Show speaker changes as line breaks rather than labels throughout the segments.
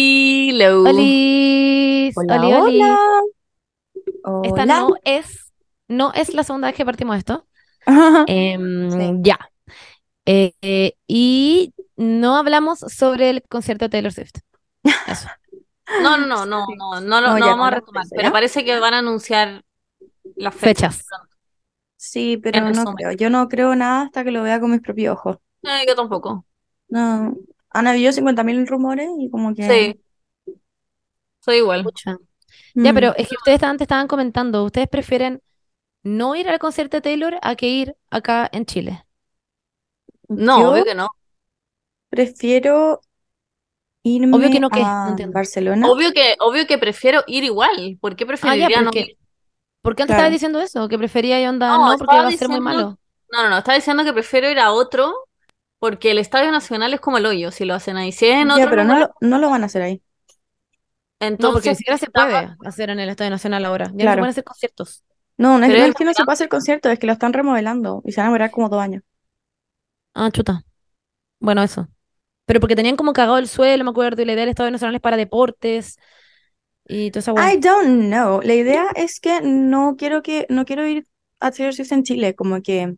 Hello.
Olis,
Hola,
oli, oli.
hola.
Esta
Hola.
no es, no es la segunda vez que partimos esto.
eh,
Em,
Sí.
Ya. Eh, eh, y no hablamos sobre el concierto de Taylor Swift. Eso.
No, no, no, no, no, no, lo-
No,
no
ya
vamos a
con la
retomar,
fecha,
pero
¿ya?
parece que van a anunciar las fechas.
Fechas.
Sí, pero
En
no
resumen.
creo. Yo no creo nada hasta que lo vea con mis propios ojos.
Eh, yo tampoco.
No. Han habido 50.000 rumores y como que...
Sí. Soy igual.
Pucha.
Mm.
Ya, pero es que ustedes antes estaban comentando, ¿ustedes prefieren no ir al concierto de Taylor a que ir acá en Chile?
No,
mm, Yo
obvio que no.
prefiero
Obvio que
irme
no, ¿qué? No
a
entiendo.
Barcelona.
Obvio que, obvio que prefiero ir igual. ¿Por qué
Ah, ya,
preferiría no
porque,
ir?
porque antes
Claro.
estabas diciendo eso, que prefería ir onda,
No,
no, porque
estaba
va a ser muy
diciendo-
malo.
No, no, no. Estaba diciendo que prefiero ir a otro porque el Estadio Nacional es como el hoyo si lo hacen ahí. Si es en
Ya,
otro
pero no
lugar,
lo, no lo van a hacer ahí.
No, porque ni
entonces
siquiera se puede
estaba-
hacer en el Estadio Nacional ahora. Ya no se
Claro.
pueden hacer conciertos.
No, no es,
Pero
no
es
es que no se pase el concierto, es que lo están remodelando y se van a demorar como dos años.
Ah, chuta. Bueno, eso. Pero porque tenían como cagado el suelo, me acuerdo, y la idea del Estadio Nacional es para deportes y toda esa weá.
I don't know. La idea es que no quiero que no quiero ir a Taylor Swift en Chile, como que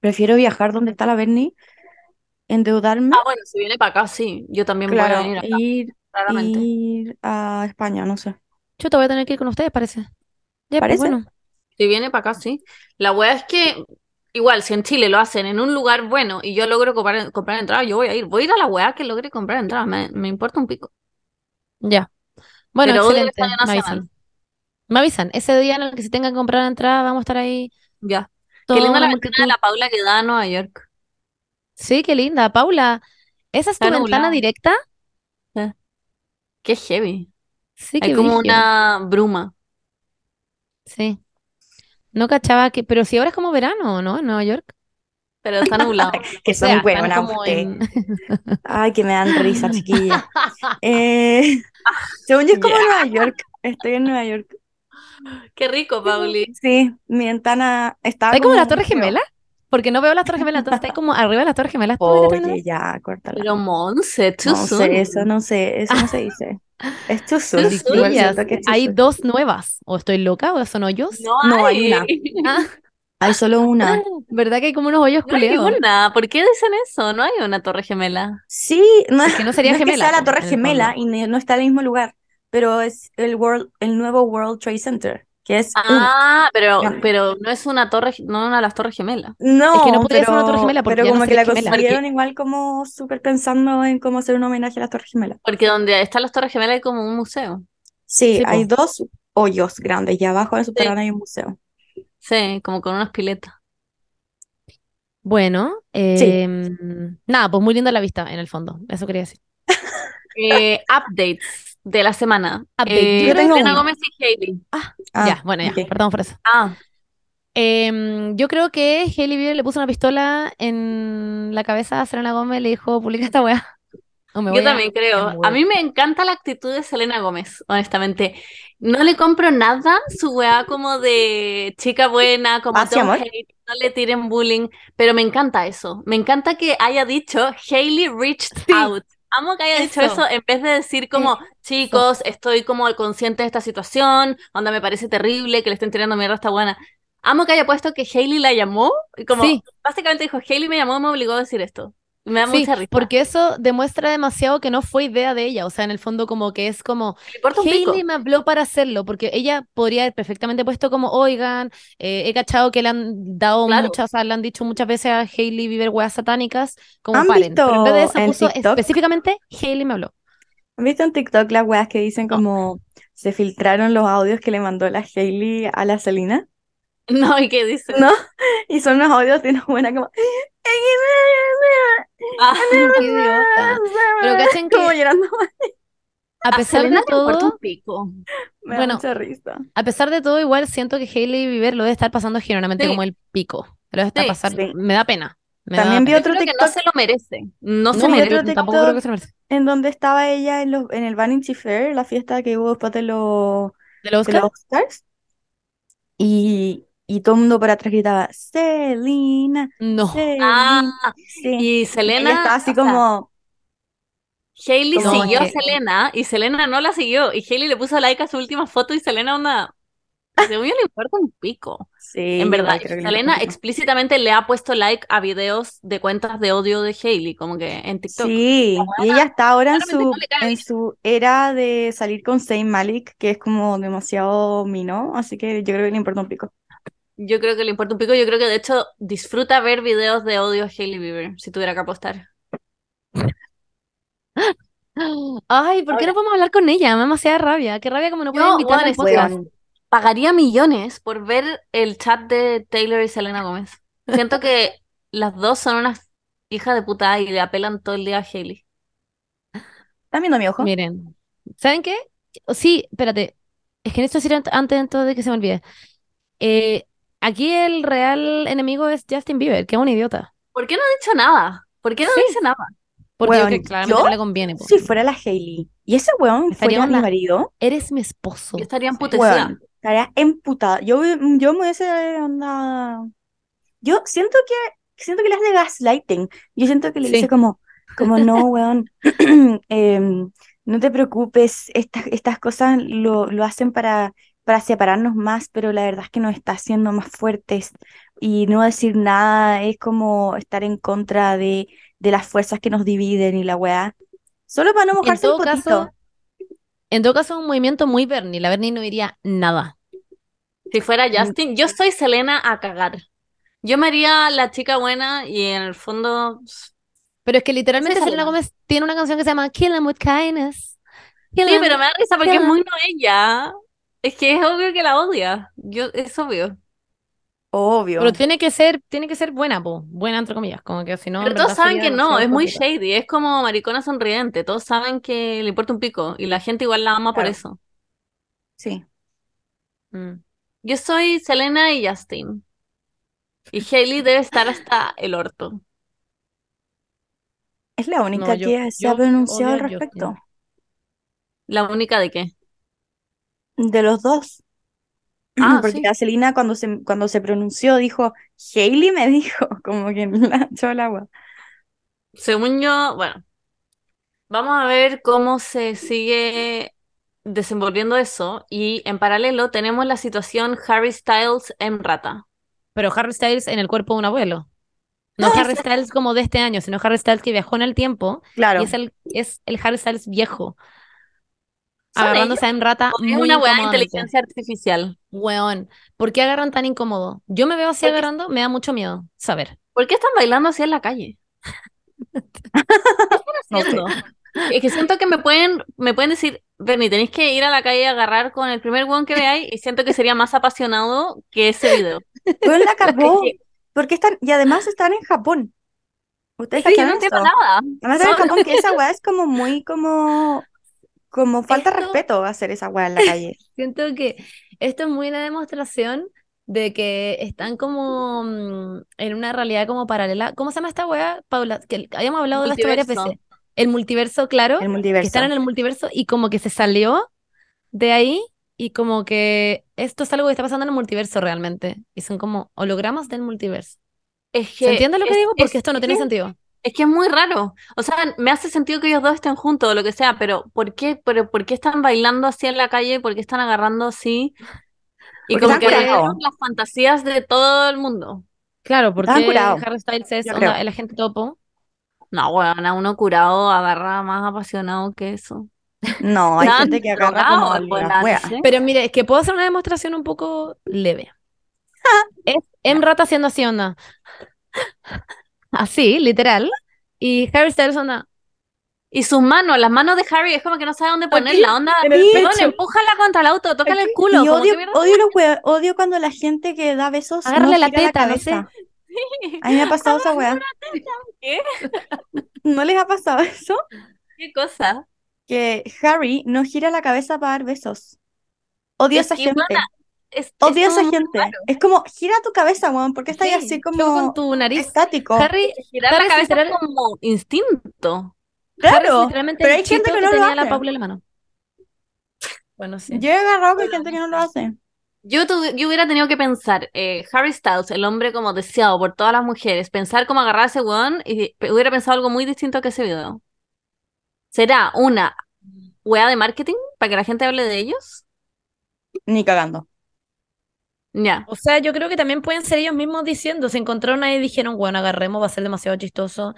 prefiero viajar donde está la Bernie, endeudarme,
Ah, bueno, si viene para acá, sí. Yo también voy a
claro,
venir acá,
ir
claramente.
ir a España, no sé.
Chuta, voy a tener que ir con ustedes, parece. Ya, pues,
¿Parece?
bueno.
Si viene para acá, sí. La wea es que, igual, si en Chile lo hacen en un lugar bueno y yo logro comprar, comprar entrada, yo voy a ir. Voy a ir a la wea que logre comprar entrada, me, me importa un pico.
Ya. Bueno,
Pero odio el
excelente. Me
Estadio Nacional.
avisan. Me avisan. Ese día en el que se tengan que comprar la entrada, vamos a estar ahí
Ya. Qué
toda
linda
una
la ventana de
multitud.
la Paula que da a Nueva York.
Sí, qué linda. Paula, ¿esa es tu
Está
ventana
nublado.
directa?
Qué heavy.
Sí,
Hay
qué
como
brígido.
una bruma.
Sí. No cachaba que... Pero si ahora es como verano, ¿no? En Nueva York.
Pero está nublado.
Que son
O sea, están
huevonas
como
ustedes.
en...
Ay, que me dan risa, chiquilla. Eh, según yo es como Nueva York. Estoy en Nueva York.
Qué rico, Pauli.
Sí, mi ventana está
¿Está como en las
como
Torres Gemelas? Porque no veo las Torres Gemelas, entonces está como arriba de las Torres Gemelas. ¿Tú ves las Torres
Oye, ya, córtala.
Pero Monse, too
No sé,
soon.
eso no sé, eso no se dice. Es too soon,
Too soon.
igual
Chiquillas,
siento que es too
hay
soon.
dos nuevas. ¿O estoy loca o son hoyos?
No
No, hay
hay.
una. Ah,
Ah,
Hay solo una.
¿verdad que hay como unos hoyos
No hay
culeados?
una. ¿Por qué dicen eso? No hay una torre gemela.
Sí, no,
Es que no sería
no es que
gemela,
sea la
po,
Torre
en el
Gemela
fondo.
y ne- no está en el mismo lugar, pero es el World, el nuevo World Trade Center, que es una.
Ah, pero,
Grande.
pero no es una torre, no es una de las torres gemelas.
No,
Es que no podría ser una Torre
pero,
Gemela porque
pero
ya no
como que
sería
la
gemela.
construyeron igual como súper pensando en cómo hacer un homenaje a la Torre Gemela.
Porque donde están las Torres Gemelas hay como un museo.
Sí,
Sí,
hay dos hoyos grandes y abajo en el subterráneo hay un museo.
Sí, como con unas piletas.
Bueno, em, nada, pues muy linda la vista en el fondo. Eso quería decir.
Eh, updates de la semana.
Update.
Eh,
Yo
tengo
Selena
uno.
Gómez y Hailey.
Ah,
Ya, bueno, ya,
ok.
partamos por eso.
Ah,
Em, yo creo que Hailey Bieber le puso una pistola en la cabeza a Selena Gómez y le dijo, publica esta weá. O me
yo
voy a-
también creo.
me
A
muero.
mí me encanta la actitud de Selena Gómez, honestamente. No le compro nada, su weá como de chica buena, como
Ah, sí,
don't
amor.
hate, no le tiren bullying, pero me encanta eso. Me encanta que haya dicho Hailey reached
Sí.
out. Amo que haya dicho
Eso.
eso en vez de decir como, chicos, estoy como consciente de esta situación, onda me parece terrible que le estén tirando mierda a esta buena. Amo que haya puesto que Hailey la llamó, y como
Sí.
básicamente dijo, Hailey me llamó, me obligó a decir esto. Me da
Sí,
mucha risa.
porque eso demuestra demasiado que no fue idea de ella, o sea, en el fondo como que es como,
Me importa un pico.
Hailey me habló para hacerlo, porque ella podría haber perfectamente puesto como, oigan, eh, he cachado que le han dado
Claro.
muchas, o sea, le han dicho muchas veces a Hailey Bieber weas satánicas, como
¿Han
paren, pero en vez de
visto
eso
en
puso
TikTok?
específicamente, Hailey me habló.
¿Han visto en TikTok las weas que dicen como se filtraron los audios que le mandó la Hailey a la Selena?
No, ¿y qué dice?
¿No? Y son unos audios de una buena como...
Ah,
Qué idiota. Ah, Pero cachen que
Como llorando.
a
a
pesar
ah, Selena
de
le importa
todo,
un pico.
Me da
Bueno,
mucha risa.
a pesar de todo, igual siento que Hailey Bieber lo debe estar pasando generalmente
Sí.
como el pico, lo debe estar
Sí,
pasando,
sí.
me da pena, me da
También vi
pena.
otro
Creo que no
TikTok
se lo merece. No se
No,
vi
yo
merece.
otro
tampoco creo
TikTok
que se lo merece.
en donde estaba ella en, los, en el Vanity Fair, la fiesta que hubo después de los,
¿Del
de
Oscar?
los Oscars. Y, y todo el mundo por atrás gritaba, Selena,
No.
Selena.
Ah,
Sí.
y
Y ella
Selena,
estaba así
o sea,
como...
Hailey
No, es
siguió a
que-
Selena y Selena no la siguió. Y Hailey le puso like a su última foto y Selena onda. Según yo le importa un pico.
Sí,
en
yo
verdad,
igual creo que le
Selena
importa.
explícitamente le ha puesto like a videos de cuentas de odio de Hailey, como que en TikTok.
Sí, y ella está ahora en
claramente
su,
no le cae
en
bien.
su era de salir con Zayn Malik, que es como demasiado mino, así que yo creo que le importa un pico.
Yo creo que le importa un pico. Yo creo que de hecho disfruta ver videos de odio a Hailey Bieber, si tuviera que apostar.
Ay, ¿por qué no podemos hablar con ella? Me da demasiada rabia. Qué rabia como no puede
Yo,
invitarla
bueno,
al podcast.
Weón.
Pagaría millones por ver el chat de Taylor y Selena Gómez. Siento que las dos son unas hijas de puta y le apelan todo el día a Hailey.
¿Estás viendo mi ojo?
Miren, ¿saben qué? O Sí, espérate. Es que necesito decir ant- antes, antes de que se me olvide. Eh, aquí el real enemigo es Justin Bieber, que es un idiota.
¿Por qué no ha dicho nada? ¿por qué no
Sí.
dice nada?
Porque
Weón,
que claramente
¿yo?
no le conviene.
pues.
po.
Si fuera la Hailey y ese weón
Estaría
fuera mi
una-
marido,
Eres mi esposo.
Yo estaría emputecida.
weón, estaría emputada. Yo, yo me hubiese andado. Yo siento que siento que le hace gaslighting. Yo siento que le
Sí.
dice como, como no, weón, em, no te preocupes, estas, estas cosas lo, lo hacen para, para separarnos más, pero la verdad es que nos está haciendo más fuertes. Y no decir nada es como estar en contra de, de las fuerzas que nos dividen y la weá. Solo para no
En
mojarse el
todo
potito.
caso, en todo caso, es un movimiento muy Bernie. La Bernie no diría nada.
Si fuera Justin, yo soy Selena a cagar. Yo me haría la chica buena y en el fondo
Pero es que literalmente
Esa es
Selena
Selena.
Gómez tiene una canción que se llama Kill 'em with Kindness. Kill
Sí,
'em.
pero me da risa porque
Ya.
es muy no ella. Es que es obvio que la odia. Yo, es obvio.
Obvio.
Pero tiene que ser, tiene que ser buena, po. Buena, entre comillas. Como que si no, en
Pero todos
verdad
saben
sería
que no,
demasiado
es muy
hipócrita.
shady, es como maricona sonriente, todos saben que le importa un pico y la gente igual la ama por
Claro.
eso.
Sí.
Mm.
Yo soy Selena y Justin. Y Hailey debe estar hasta el orto.
Es la única
yo-
que se ha
yo
pronunciado al
odio a Justin.
respecto.
La única de qué.
De los dos.
Ah,
Porque
sí.
la Selena cuando se, cuando se pronunció dijo, Hailey me dijo, como que la echó al agua.
Según yo, bueno, vamos a ver cómo se sigue desenvolviendo eso. Y en paralelo tenemos la situación Harry Styles en Rata.
Pero Harry Styles en el cuerpo de un abuelo. No Harry Styles como de este año, sino Harry Styles que viajó en el tiempo
Claro.
y es el, es el Harry Styles viejo.
¿Son
Agarrándose a Emrata
ellos? Es
muy
una weá de
incómodamente.
inteligencia artificial.
Weón, ¿por qué agarran tan incómodo? Yo me veo así
Porque-
agarrando, me da mucho miedo saber.
¿Por qué están bailando así en la calle?
No sé.
haciendo? Es que siento que me pueden, me pueden decir, Bernie, tenéis que ir a la calle a agarrar con el primer weón que veáis y siento que sería más apasionado que ese video.
Pero la cagó.
Es
Porque están, y además están en Japón. Ustedes
Es que yo
saben
no entiendo
eso.
nada.
Además están en
Son-
Japón, que esa weá es como muy como, como falta de
Esto-
respeto hacer esa weá en la calle.
Siento que esto es muy una demostración de que están como mm, en una realidad como paralela. ¿Cómo se llama esta wea, Paula? Que habíamos hablado de esto varias
Multiverso.
veces. El multiverso, claro.
El
que
multiverso.
están en el multiverso y como que se salió de ahí y como que esto es algo que está pasando en el multiverso realmente. Y son como hologramas del multiverso.
Es
¿Se
que
entiende lo que
es-
digo?
es-
Porque esto no tiene
es-
sentido.
Es que es muy raro. O sea, me hace sentido que ellos dos estén juntos o lo que sea, pero ¿por qué, pero, ¿por qué están bailando así en la calle? ¿Por qué están agarrando así? Y
Porque
como
están
que
curados.
arruinaron las fantasías de todo el mundo.
Claro, porque
curados,
Harry Styles es
yo
onda,
creo.
el agente topo.
No, bueno, a uno curado agarra más apasionado que eso.
No, hay
Están
gente que agarra como
drogados,
la
weona, no
weá.
sé.
Pero mire, es que puedo hacer una demostración un poco leve. Es Emrata haciendo así onda. Así, literal. Y Harry Styles onda.
Y sus manos, las manos de Harry, es como que no sabe dónde poner la onda.
en el
Perdón,
pecho.
empújala contra el auto, tócale el culo.
Y
como
odio,
que mierda.
odio, los wea- odio cuando la gente que da besos no
Agárrale la
gira la
teta, no sé.
cabeza. A mí me ha pasado esa weá.
¿Qué?
¿No les ha pasado eso?
¿Qué cosa?
Que Harry no gira la cabeza para dar besos. Odio a
Es
esa
que,
gente.
weona, Es,
Odio a
es
esa
como muy
gente.
raro.
Es como, gira tu cabeza, weón, porque está ahí
Sí,
así
luego con
como
tu nariz.
estático.
Harry,
Girar
Harry
la cabeza
literal-
es como instinto.
Harry es
Claro.
literalmente
pero
el
hay gente
chito
que no lo
tenía la
hace.
Paula en la mano. Bueno, sí.
Yo he agarrado con gente que no lo hace.
Yo, tuve- yo hubiera tenido que pensar, eh, Harry Styles, el hombre como deseado por todas las mujeres, pensar cómo agarrar a ese weón y pe- hubiera pensado algo muy distinto que ese video. ¿Será una hueá de marketing para que la gente hable de ellos?
Ni cagando.
Ya.
O sea, yo creo que también pueden ser ellos mismos diciendo, se encontraron ahí y dijeron, bueno, agarremos, va a ser demasiado chistoso,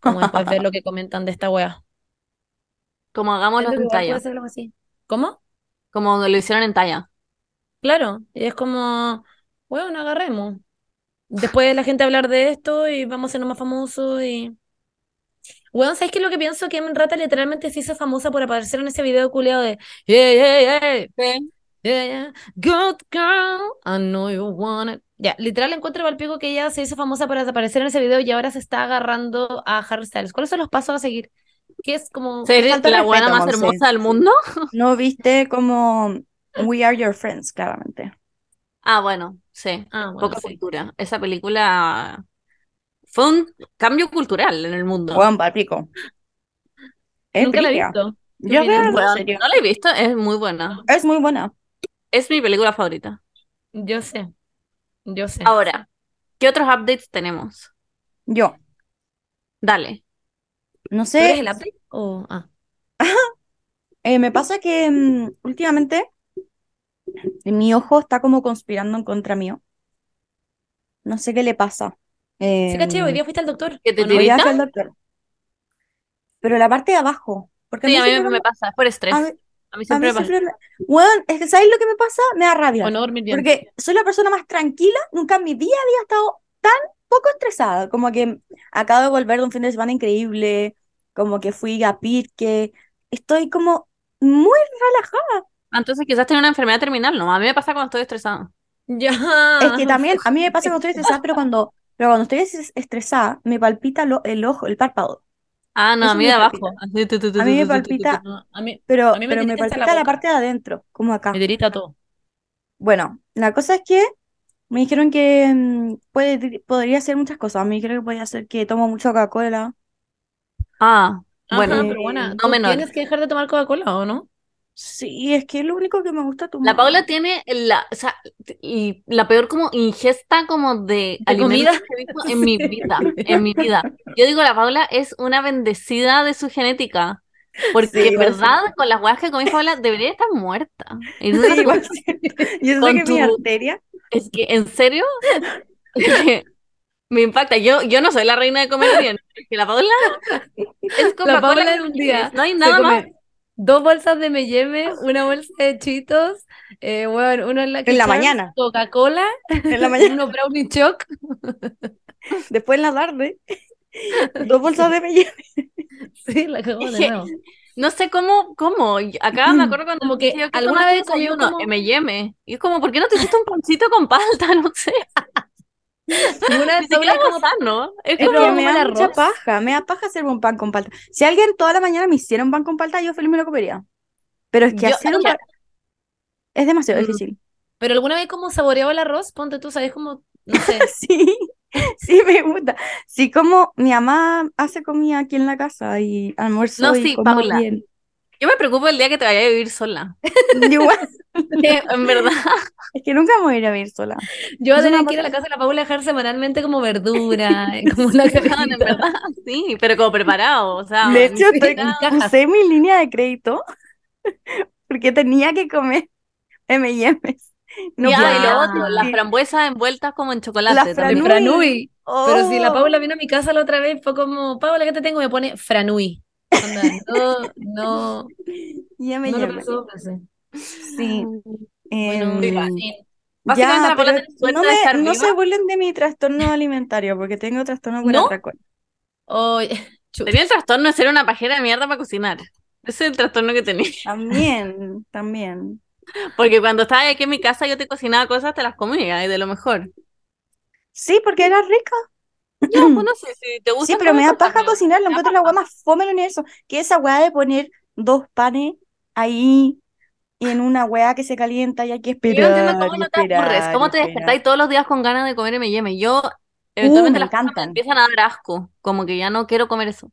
como después ver lo que comentan de esta wea.
Como hagámoslo
Siento que
en
igual
talla.
puede ser algo así. ¿Cómo?
Como lo hicieron en talla.
Claro, y es como, bueno, agarremos. Después la gente hablar de esto y vamos a ser más famosos y... Bueno, ¿sabes qué es lo que pienso? Que en Rata literalmente se hizo famosa por aparecer en ese video culiado de Yeah, yeah, yeah, yeah, yeah, good girl, I know you want it. Ya, literal encuentro al pico que ella se hizo famosa por aparecer en ese video y ahora se está agarrando a Harry Styles. ¿Cuáles son los pasos a seguir? Que es como...
¿Ser
falta
la
respeto,
buena más
Monse.
hermosa del mundo?
No viste como We Are Your Friends, claramente.
Ah, bueno, sí.
Ah, bueno,
Poca
sí.
cultura. Esa película fue un cambio cultural en el mundo.
Weón, palpico. Es
Nunca la he
brígida.
visto.
Yo
Mira,
veo, en
Eh, Weón,
serio.
no la he visto, es muy buena.
Es muy buena.
Es mi película favorita.
Yo sé, yo sé.
Ahora, ¿qué otros updates tenemos?
Yo,
Dale.
no
¿Tú eres
sé,
el update? O- ah.
eh, me pasa que mm, últimamente mi ojo está como conspirando en contra mío. No sé qué le pasa.
Sí, caché, hoy
Em,
día fuiste al doctor.
¿Que te
¿o no?
voy
tirita?
a hacer el doctor. Pero la parte de abajo, porque a
Sí,
mí
a mí
siempre
me
me-
pasa, es por estrés.
a mí-
A mí
a mí
siempre me pasa.
siempre me- Weón, es que ¿sabéis lo que me pasa? Me da rabia.
O no dormir bien.
Porque soy la persona más tranquila, nunca en mi día había estado tan poco estresada, como que acabo de volver de un fin de semana increíble, como que fui a Pirque, estoy como muy relajada.
Ah, Entonces quizás tiene una enfermedad terminal, ¿no? A mí me pasa cuando estoy estresada.
Ya.
Es
Ah.
que también a mí me pasa cuando estoy estresada, pero cuando, pero cuando estoy es- estresada me palpita lo- el ojo, el párpado,
Ah, no, a
Eso
mí
me
de
palpita.
abajo. Así, tu, tu, tu,
A mí me
tu, tu, tu, tu, tu.
palpita,
No, a mí
pero,
A mí me
pero me
tirita hasta la
palpita la
boca.
parte de adentro, como acá.
me tirita todo.
Bueno, la cosa es que me dijeron que mm, puede, podría hacer muchas cosas. Me dijeron que podía hacer que tomo mucha Coca-Cola.
Ah,
Ajá,
bueno,
pero bueno,
eh,
tú
no menor.
tienes que dejar de tomar Coca-Cola, ¿o no?
Sí, es que es lo único que me gusta
la
tomar.
Paula tiene la, o sea, t- y la peor como ingesta como de
¿De comida?
alimentos que he visto en mi vida, en mi vida. Yo digo, la Paula es una bendecida de su genética, porque
Sí,
en
igual sí.
verdad con las huevas que comí Paula debería estar muerta. Y no
Sí,
te-
igual sí. Yo sé
Con
que mi
tu-
arteria.
Es que, ¿en serio? Es que me impacta. Yo, yo no soy la reina de comer bien. Es que la Paula es Coca-Cola
Paula
con
en un
mayonesa,
día
No hay
Se
nada
come
más.
dos bolsas de Meyeme, una bolsa de Cheetos, eh, bueno, una Lucky
En la
Charms,
mañana.
Coca-Cola,
En la mañana,
unos brownie choc,
después en la tarde. Dos bolsas de Meyem.
sí, la cagó
Es
de
que-
nuevo.
No sé cómo, cómo. Y Acá me acuerdo cuando
Como que
decía, ¿qué
alguna
tomaste
vez comió
desayuno?
como-
M&M. Y es como, ¿por qué no te hiciste un pancito con palta? No sé.
Y una
Ni siquiera
Paula
es
como
sano. Es
Es
Es
como,
que
como
me
el
da mucha
arroz.
paja. Me da paja hacerme un pan con palta. Si alguien toda la mañana me hiciera un pan con palta, yo feliz me lo comería. Pero es que
Yo-
hacer un pan es demasiado
Mm.
difícil.
Pero alguna vez como saboreaba el arroz, ponte tú, sabes como, no sé,
Sí, sí me gusta. Sí, como mi mamá hace comida aquí en la casa y almuerzo
No,
y
sí,
como
Paula.
bien.
yo me preocupo el día que te vayas a vivir sola.
Igual,
Que, en verdad.
es que nunca me voy a ir a vivir sola.
yo voy a
Es una
tener que ir a la casa de la Paula a dejar semanalmente como verdura, eh, como una
Perdón, en
cajita.
verdad, sí, pero como preparado, o sea,
De hecho, te-
en cajas.
usé mi línea de crédito porque tenía que comer M&M's. No
ya,
podía
mm, y lo otro, las
resistir.
frambuesas envueltas como en chocolate
Las
De
también.
Franui.
Franui. Pero si la
Oh,
Paula vino a mi casa la otra vez, fue como, Paula, ¿qué te tengo? Me pone Franui. Onda, no, no,
y
no lo
M&M's.
pensé, no pensé.
Sí.
Bueno,
Mira,
em,
sí. Básicamente
ya,
la Paula
pero
tiene suerte
no,
de
me-
estar
no se
viva.
burlen de mi trastorno alimentario porque tengo trastorno por
¿No?
atracón.
Oye, chuta.
Tenía el trastorno de ser una pajera de mierda para cocinar. Ese es el trastorno que tenía.
También, también.
Porque cuando estabas aquí en mi casa yo te cocinaba cosas, te las comía, y de lo mejor.
Sí, porque era rica.
Ya, pues no sé, si te
Sí,
gustan
pero me
comer
da
cosas
paja
nuevas.
cocinar, lo
me da
encuentro la weá
paja.
más fome del universo. Que esa weá de poner dos panes ahí en una weá que se calienta y hay que
Y Yo no entiendo
esperar
cómo
y
no te aburres,
esperar y
cómo te
esperar.
despertáis todos los días con ganas de comer M&M. Yo,
Uh, me
eventualmente las cosas me
encantan.
empiezan a dar asco, como que ya no quiero comer eso.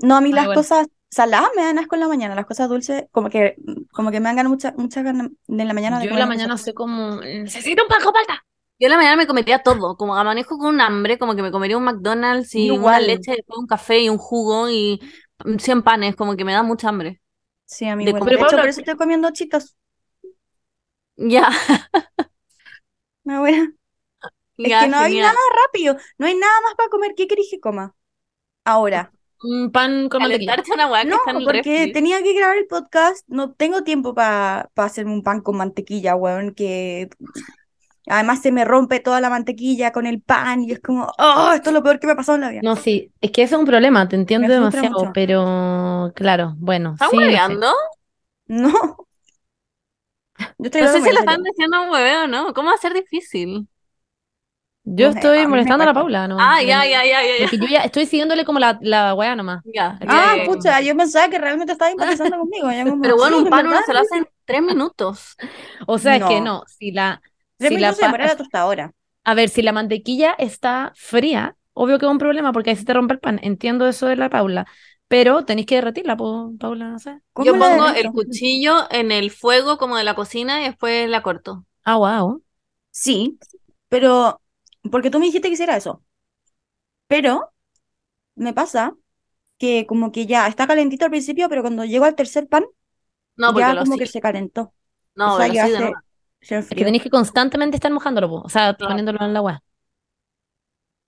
No, a mí
Ah,
las
igual.
cosas saladas me dan asco en la mañana, las cosas dulces como que como que me dan ganas mucha- muchas ganas en la mañana de
Yo en la
comer cosas.
mañana soy como, necesito un pan con palta.
Yo en la mañana me comería todo, como amanezco con un hambre, como que me comería un McDonald's y una
Igual.
leche, después un café y un jugo y 100 panes, como que me da mucha hambre.
Sí, a mí
De
igual. De
comer.
hecho,
Pero,
por
Paula-
eso estoy comiendo chitos.
Ya,
No, wea. Es
ya,
que no hay
genial.
nada rápido. No hay nada más para comer. ¿Qué querés que coma? Ahora.
Un pan con mantequilla.
Calentarte una weá que
No,
está en el
porque
refri.
tenía que grabar el podcast. No tengo tiempo para hacerme un pan con mantequilla, weón. Que además se me rompe toda la mantequilla con el pan. Y es como, oh, esto es lo peor que me ha pasado en la vida.
No, sí, es que eso es un problema, te entiendo
Me frustra
demasiado,
mucho.
pero claro, bueno,
¿Están
sí, no sé.
hueveando?
No. Yo estoy
No sé
hablando muy
si le
en serio.
están diciendo un hueveo o no. ¿Cómo va a ser difícil?
Yo
No sé, a
estoy
mí me
molestando a la
cuesta.
Paula, no,
Ah,
no, no.
ya, ya, ya, ya, ya.
Porque yo ya estoy siguiéndole como la, la weá nomás.
Ya, ya,
Ah,
ya, ya.
pucha, yo pensaba que realmente estaba empatizando conmigo. ya como,
Pero bueno,
sí,
un
en
pan uno
verdad,
se lo hace en tres minutos.
O sea, es que
No.
no, si la,
tres
si la
minutos se
pa-
demora la tostadora.
a ver, si la mantequilla está fría, obvio que es un problema porque ahí se te rompe el pan, entiendo eso de la Paula, pero tenéis que derretirla, po, Paula, no sé.
¿Cómo
Yo
la
pongo
derrito?
el cuchillo en el fuego como de la cocina y después la corto.
Ah, wow.
Sí, pero porque tú me dijiste que hiciera eso. Pero me pasa que como que ya está calentito al principio, pero cuando llego al tercer pan,
No, porque
ya
lo
como que
sí.
se calentó.
No,
o sea,
lo
ya
sí de
se,
nuevo.
se
Es que
enfrió.
tenéis que constantemente estar mojándolo, po, o sea,
Claro.
poniéndolo en la weá.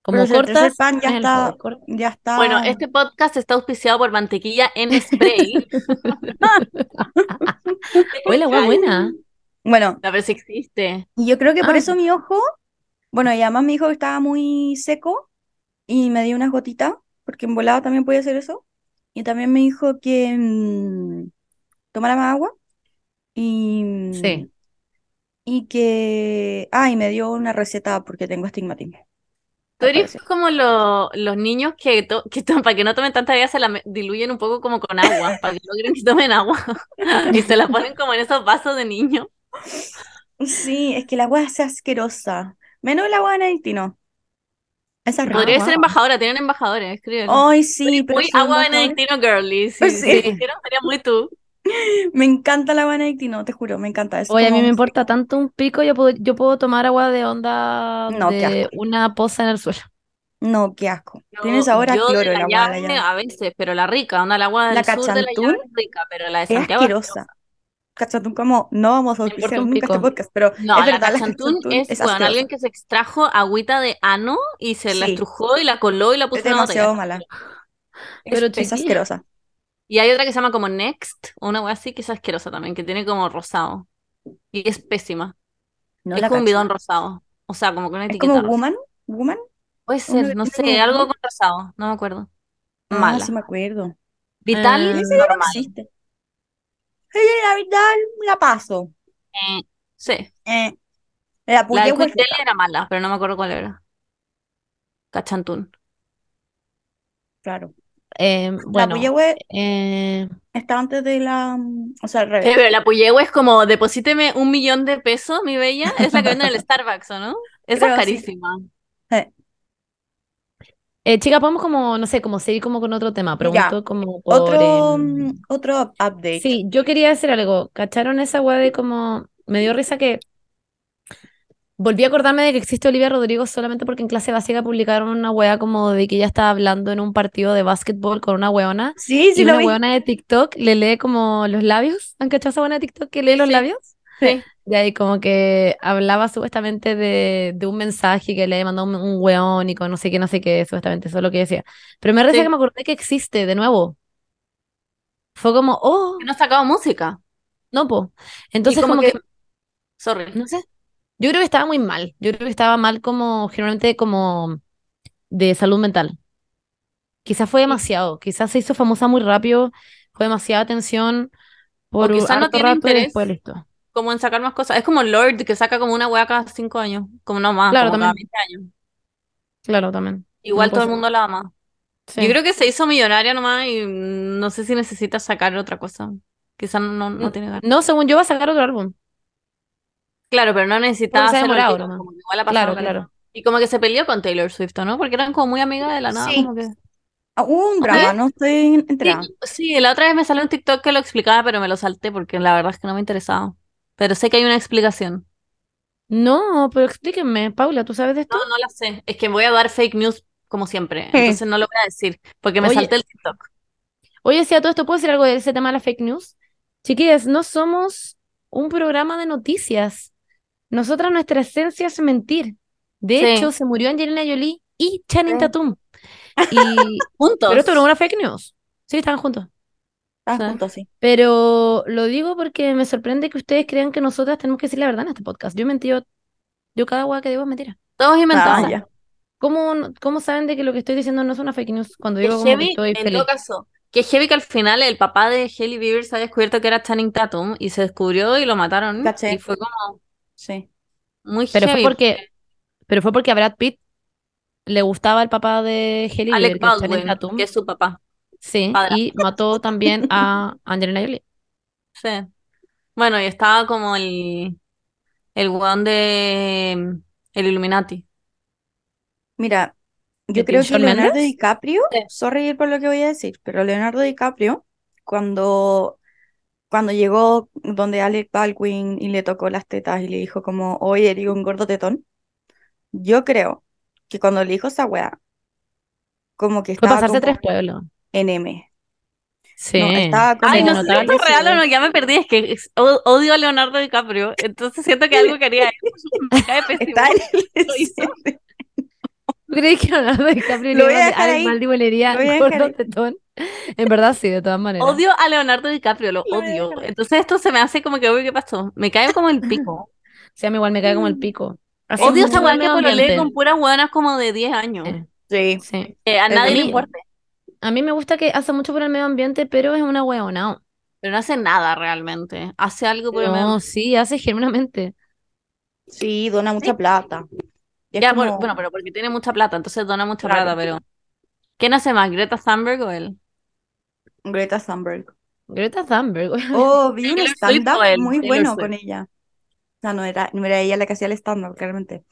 Como
Pero si el tercer
cortas,
pan ya
pones en el fuego,
está,
cortas.
ya está.
Bueno, este podcast está auspiciado por mantequilla en spray.
Huele a hueá buena.
Bueno,
A ver si existe.
y yo creo que por
Ah.
eso mi ojo, bueno, y además mi hijo estaba muy seco y me dio unas gotitas, porque en volado también podía hacer eso. Y también me dijo que mm, tomara más agua y mm,
Sí.
Y que. Ah, y me dio una receta porque tengo estigmatismo.
Tú
al
eres
parecer.
como lo- los niños que, to- que to- para que no tomen tanta vida se la me- diluyen un poco como con agua, para que logren que tomen agua. Y se la ponen como en esos vasos de niño.
Sí, es que la agua es asquerosa. Menos la agua de Benedictino. Esa es
Podría
rara.
ser
wow.
embajadora, tienen embajadores, escríbelo.
Ay, sí, Oh, pero
Muy
soy
agua
embajadora.
benedictino girly. Si,
Pues
si
sí.
lo hicieran, sería muy tú.
Me encanta la agua de Benedictino, te juro, me encanta. Es
Oye, a mí
como-
me importa tanto un pico, yo puedo, yo puedo tomar agua de onda
No, qué
de
asco.
una poza en el suelo.
No, qué asco. Tiene
Yo,
sabor a
yo de
cloro el
la
agua de la
llave
llave.
a veces, pero la rica, onda, la agua
La
del sur de la
cachantún
llave es rica, pero la de
es
Santiago es
asquerosa. Cachantún, como no vamos a
Me importa
auspiciar
un
nunca este
pico.
podcast, pero
No,
es
la
verdad, la
cachantún
cachantún
es,
es
bueno,
asquerosa.
alguien que se extrajo agüita de ano y se la
Sí.
estrujó y la coló y la puso
Es
en una botella.
demasiado mala. Es,
Pero
es
chiquilla.
asquerosa.
Y hay otra que se llama como Next, una wea así que es asquerosa también, que tiene como rosado. Y es pésima.
No
es
la
como un
cacho.
bidón rosado. O sea, como con una
Es como
etiqueta rosa.
Woman, Woman.
Puede
Uno que
ser, no
tiene como
sé, algo
Woman.
con rosado, no me acuerdo.
Ah, sí
Mala.
me acuerdo.
Vital,
Ah.
Ese ya no
normal.
existe. Ella, la verdad, la paso.
Eh, sí.
Eh, la
La
puya
de
fue
Quick Deli
rica,
era mala, pero no me acuerdo cuál era. Cachantún.
claro.
Eh,
La
bueno,
puya hue-
eh,
está antes de la. O sea, al
Sí,
revés.
pero la Puyehue es como, deposíteme un millón de pesos, mi bella. Es la que venden en el Starbucks, ¿o no? Esa es
Creo, sí.
carísima.
eh, chicas, podemos como, no sé, como seguir como con otro tema. Pregunto como por...
Otro,
em,
mm, otro up- update.
Sí, yo quería decir algo. ¿Cacharon esa weá de como... Me dio risa que... Volví a acordarme de que existe Olivia Rodrigo solamente porque en clase básica publicaron una weá como de que ella estaba hablando en un partido de básquetbol con una weona.
Sí, sí
Y
lo
una
vi.
huevona de TikTok le lee como los labios. ¿Han cachado esa buena de TikTok que lee los
Sí.
labios?
Sí.
Y ahí como que hablaba supuestamente de, de un mensaje que le mandó un, un weón y con no sé qué, no sé qué, supuestamente, eso es lo que decía. Pero me reza
Sí.
que me acordé que existe de nuevo. Fue como, oh,
Que no sacaba música.
no, po.
Y
Entonces
como
como
que,
que,
sorry.
no sé, yo creo que estaba muy mal. Yo creo que estaba mal como, generalmente como de salud mental. Quizás fue
Sí.
demasiado, quizás se hizo famosa muy rápido, fue demasiada atención
O
por un
quizás no
harto
tiene
rato y después
interés
listo.
como en sacar más cosas. Es como Lord, que saca como una hueá cada cinco años. Como no más,
Claro,
como cada
también,
20 años.
claro, también. No
Igual todo
puede
el
ser.
mundo la ama. Yo
Sí.
creo que se hizo millonaria nomás y mm, no sé si necesita sacar otra cosa. Quizás no, no tiene ganas.
No, según yo va a sacar otro álbum.
Claro, pero no
Porque
necesitaba
se ha
hacerlo al
demorado
tiro,
nomás.
como que igual ha pasado
Claro,
caleta.
claro.
Y como que se peleó con Taylor Swift, ¿o ¿no? Porque eran como muy amigas de la nada,
Sí.
como que...
Ah, Hubo un
Ok.
drama, no estoy
Sí,
enterada.
sí, la otra vez me salió un TikTok que lo explicaba, pero me lo salté porque la verdad es que no me interesaba. Pero sé que hay una explicación.
No, pero explíquenme, Paula, ¿tú sabes de
No,
esto?
no la sé. Es que voy a dar fake news como siempre,
Sí.
entonces no lo voy a decir porque me
Oye,
salté el TikTok.
Oye, si a todo esto puedo decir algo de ese tema de las fake news. Chiquillas, no somos un programa de noticias. Nosotras, nuestra esencia es mentir. De
Sí.
hecho, se murió Angelina Jolie y Channing
Sí.
Tatum. Y...
Juntos.
Pero esto no es una fake news. Sí, estaban juntos.
Ah,
sea,
juntos, sí.
Pero lo digo porque me sorprende que ustedes crean que nosotras tenemos que decir la verdad en este podcast. Yo he mentido. Yo cada hueá que digo es mentira.
Todos inventados.
Ah, ya.
¿Cómo, no- cómo saben de que lo que estoy diciendo no es una fake news cuando
Que
digo como que
heavy,
estoy
en
feliz?
todo caso, que heavy que al final el papá de Haley Bieber se ha descubierto que era Channing Tatum y se descubrió y lo mataron.
Caché.
Y fue como
Sí.
muy
Pero fue
heavy.
porque, pero fue porque a Brad Pitt le gustaba el papá de Haley
Alec
Bieber, que es Channing
Baldwin,
Tatum.
que es su papá.
Sí,
padre.
y mató también a Angelina Jolie.
Sí. Bueno, y estaba como el, el weón de mm, el Illuminati.
Mira,
¿De
yo creo
Tim
que
Shawn
Leonardo
Mendes?
DiCaprio,
Sí.
sorry por lo que voy a decir, pero Leonardo DiCaprio, cuando, cuando llegó donde Alec Baldwin y le tocó las tetas y le dijo como, oye, eres un gordo tetón, yo creo que cuando le dijo esa weá, como que
Fue
estaba
pasarse
como
tres pueblos.
en M.
Sí.
No, estaba como...
Ay, no sé si
notaba
esto
que
es real
sí.
o no, ya me perdí, es que es- o- odio a Leonardo DiCaprio, entonces siento que algo quería él. pues, Me cae pésimo.
Está en
Lo hizo.
¿Tú crees que Leonardo DiCaprio
Lo
le
voy
iba
a
a
dejar
Alec
ahí.
Baldwin le diría
Lo voy a dejar
gordo
ahí.
tetón? En verdad sí, de todas maneras.
Odio a Leonardo DiCaprio, lo
Lo voy a
odio.
dejar ahí.
Entonces esto se me hace como que, uy, ¿qué pasó? Me cae como el pico.
Sí, a mí igual me cae como el pico. Así
Mm. Odio
es
esa
muy
weá
el
que
medio
pololee
ambiente.
con puras weonas como de 10 años.
Eh,
Sí.
Sí.
Que a
Eh,
nadie
a
le
mí-
importa,
A mí me gusta que hace mucho por el medio ambiente, pero es una hueonao.
pero no hace nada realmente. Hace algo por el medio
No,
ambiente.
Oh, sí, hace genuinamente.
Sí, dona mucha plata. Y es
Ya,
como,
por- bueno, pero porque tiene mucha plata, entonces dona mucha
Claro.
plata, pero ¿quién hace más, Greta Thunberg o él?
Greta Thunberg.
Greta Thunberg. güey.
Oh, vi un
Taylor Swift o
stand-up
el
muy
Taylor
bueno
Swift.
con ella. No, no era, no era ella la que hacía el stand-up, claramente.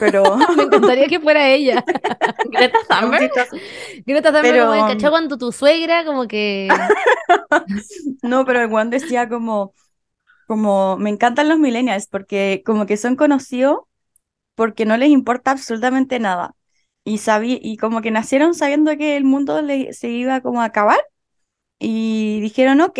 Pero
Me encantaría que fuera ella.
¿Greta
era muy
Thunberg?
chistoso.
Greta Thunberg,
Pero-
um,
güey, ¿cachai? Cuando tu suegra, como que.
No, pero el Juan decía como, como, me encantan los millennials porque como que son conocidos porque no les importa absolutamente nada. Y, sabí, y como que nacieron sabiendo que el mundo le- se iba como a acabar y dijeron, ok,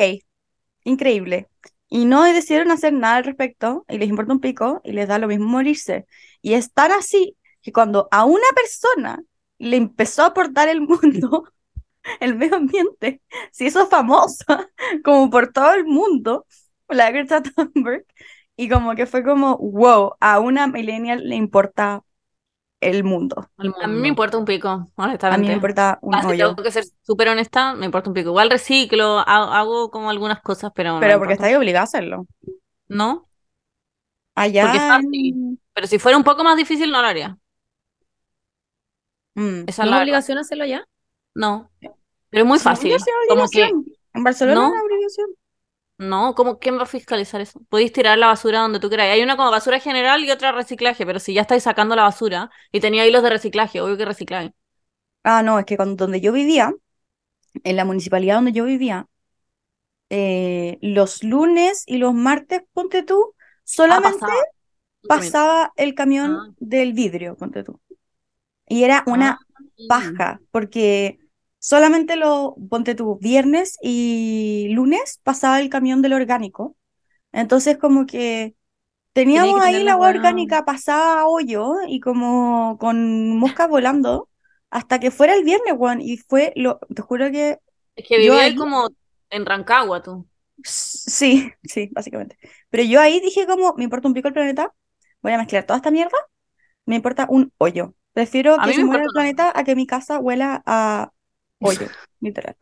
increíble. Y no decidieron hacer nada al respecto y les importa un pico y les da lo mismo morirse. Y es tan así que cuando a una persona le empezó a aportar el mundo, el medio ambiente, se hizo famosa como por todo el mundo, la Greta Thunberg, y como que fue como, wow, a una millennial le importa el mundo.
al
A mí
mundo.
me importa un pico,
A mí me
honestamente.
importa un
Ah, si
hoyo.
tengo que ser súper honesta, me importa un pico. Igual reciclo, hago, hago como algunas cosas, pero no
Pero
me
porque
importa.
estáis obligado a hacerlo.
¿No? Porque es
Allá.
fácil.
en-
Pero si fuera un poco más difícil, no lo haría.
Mm.
¿No
Esa es
es
la verdad.
obligación hacerlo ya?
No. Pero es muy
Según
fácil.
yo, sí,
Como que,
obligación. En Barcelona
¿no?
es una obligación.
no, como quién va a fiscalizar eso? Podéis tirar la basura donde tú queráis. Hay una como basura general y otra reciclaje, pero si ya estáis sacando la basura y tenía hilos de reciclaje, obvio que recicláis.
Ah, no, es que cuando, donde yo vivía, en la municipalidad donde yo vivía, eh, los lunes y los martes, ponte tú,
Ah,
solamente
pasaba.
pasaba el camión
Ah.
del vidrio, ponte tú. Y era una
Ah.
paja, porque solamente los, ponte tú, viernes y lunes pasaba el camión del orgánico. Entonces, como que teníamos
tener
ahí
la
la agua
hueá-
orgánica pasada a hoyo y como con moscas volando. Hasta que fuera el viernes, Juan, y fue lo, te juro que
Es que
Yo
vivía
ahí-
como en Rancagua, tú.
Sí, sí, básicamente. Pero yo ahí dije como, me importa un pico el planeta, voy a mezclar toda esta mierda, me importa un hoyo. Prefiero
A
que
mí
se
me
muera el
importa un hoyo.
planeta a que mi casa huela a hoyo, literal.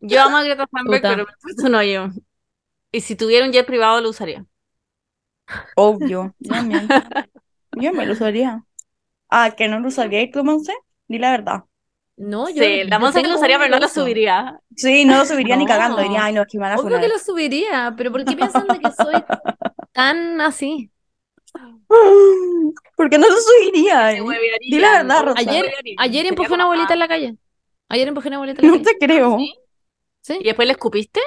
Yo amo a Greta Thunberg,
Puta.
pero este me importa un hoyo. Y si tuviera un jet privado, lo usaría.
Obvio, yo también. Yo me lo usaría. Ah, que no lo usaría y tú, Monse, di la verdad.
No, yo.
Sí, la
yo
Monse que lo
tengo
usaría,
un
pero no lo
uso.
subiría.
Sí, no lo subiría ni
No.
cagando, diría, ay no, es que me van a
Obvio que
funar".
lo subiría, pero ¿por qué piensan de que soy tan así?
¿Por qué no lo subiría?
Se
eh?
huevearía.
Di la verdad, Rosa.
Se
Ayer,
huevearía.
ayer
Sería
empujé a una
como, ah.
abuelita en la calle. Ayer empujé a una abuelita en la
No
calle.
te creo.
¿sí?
¿Sí?
¿Y después le escupiste?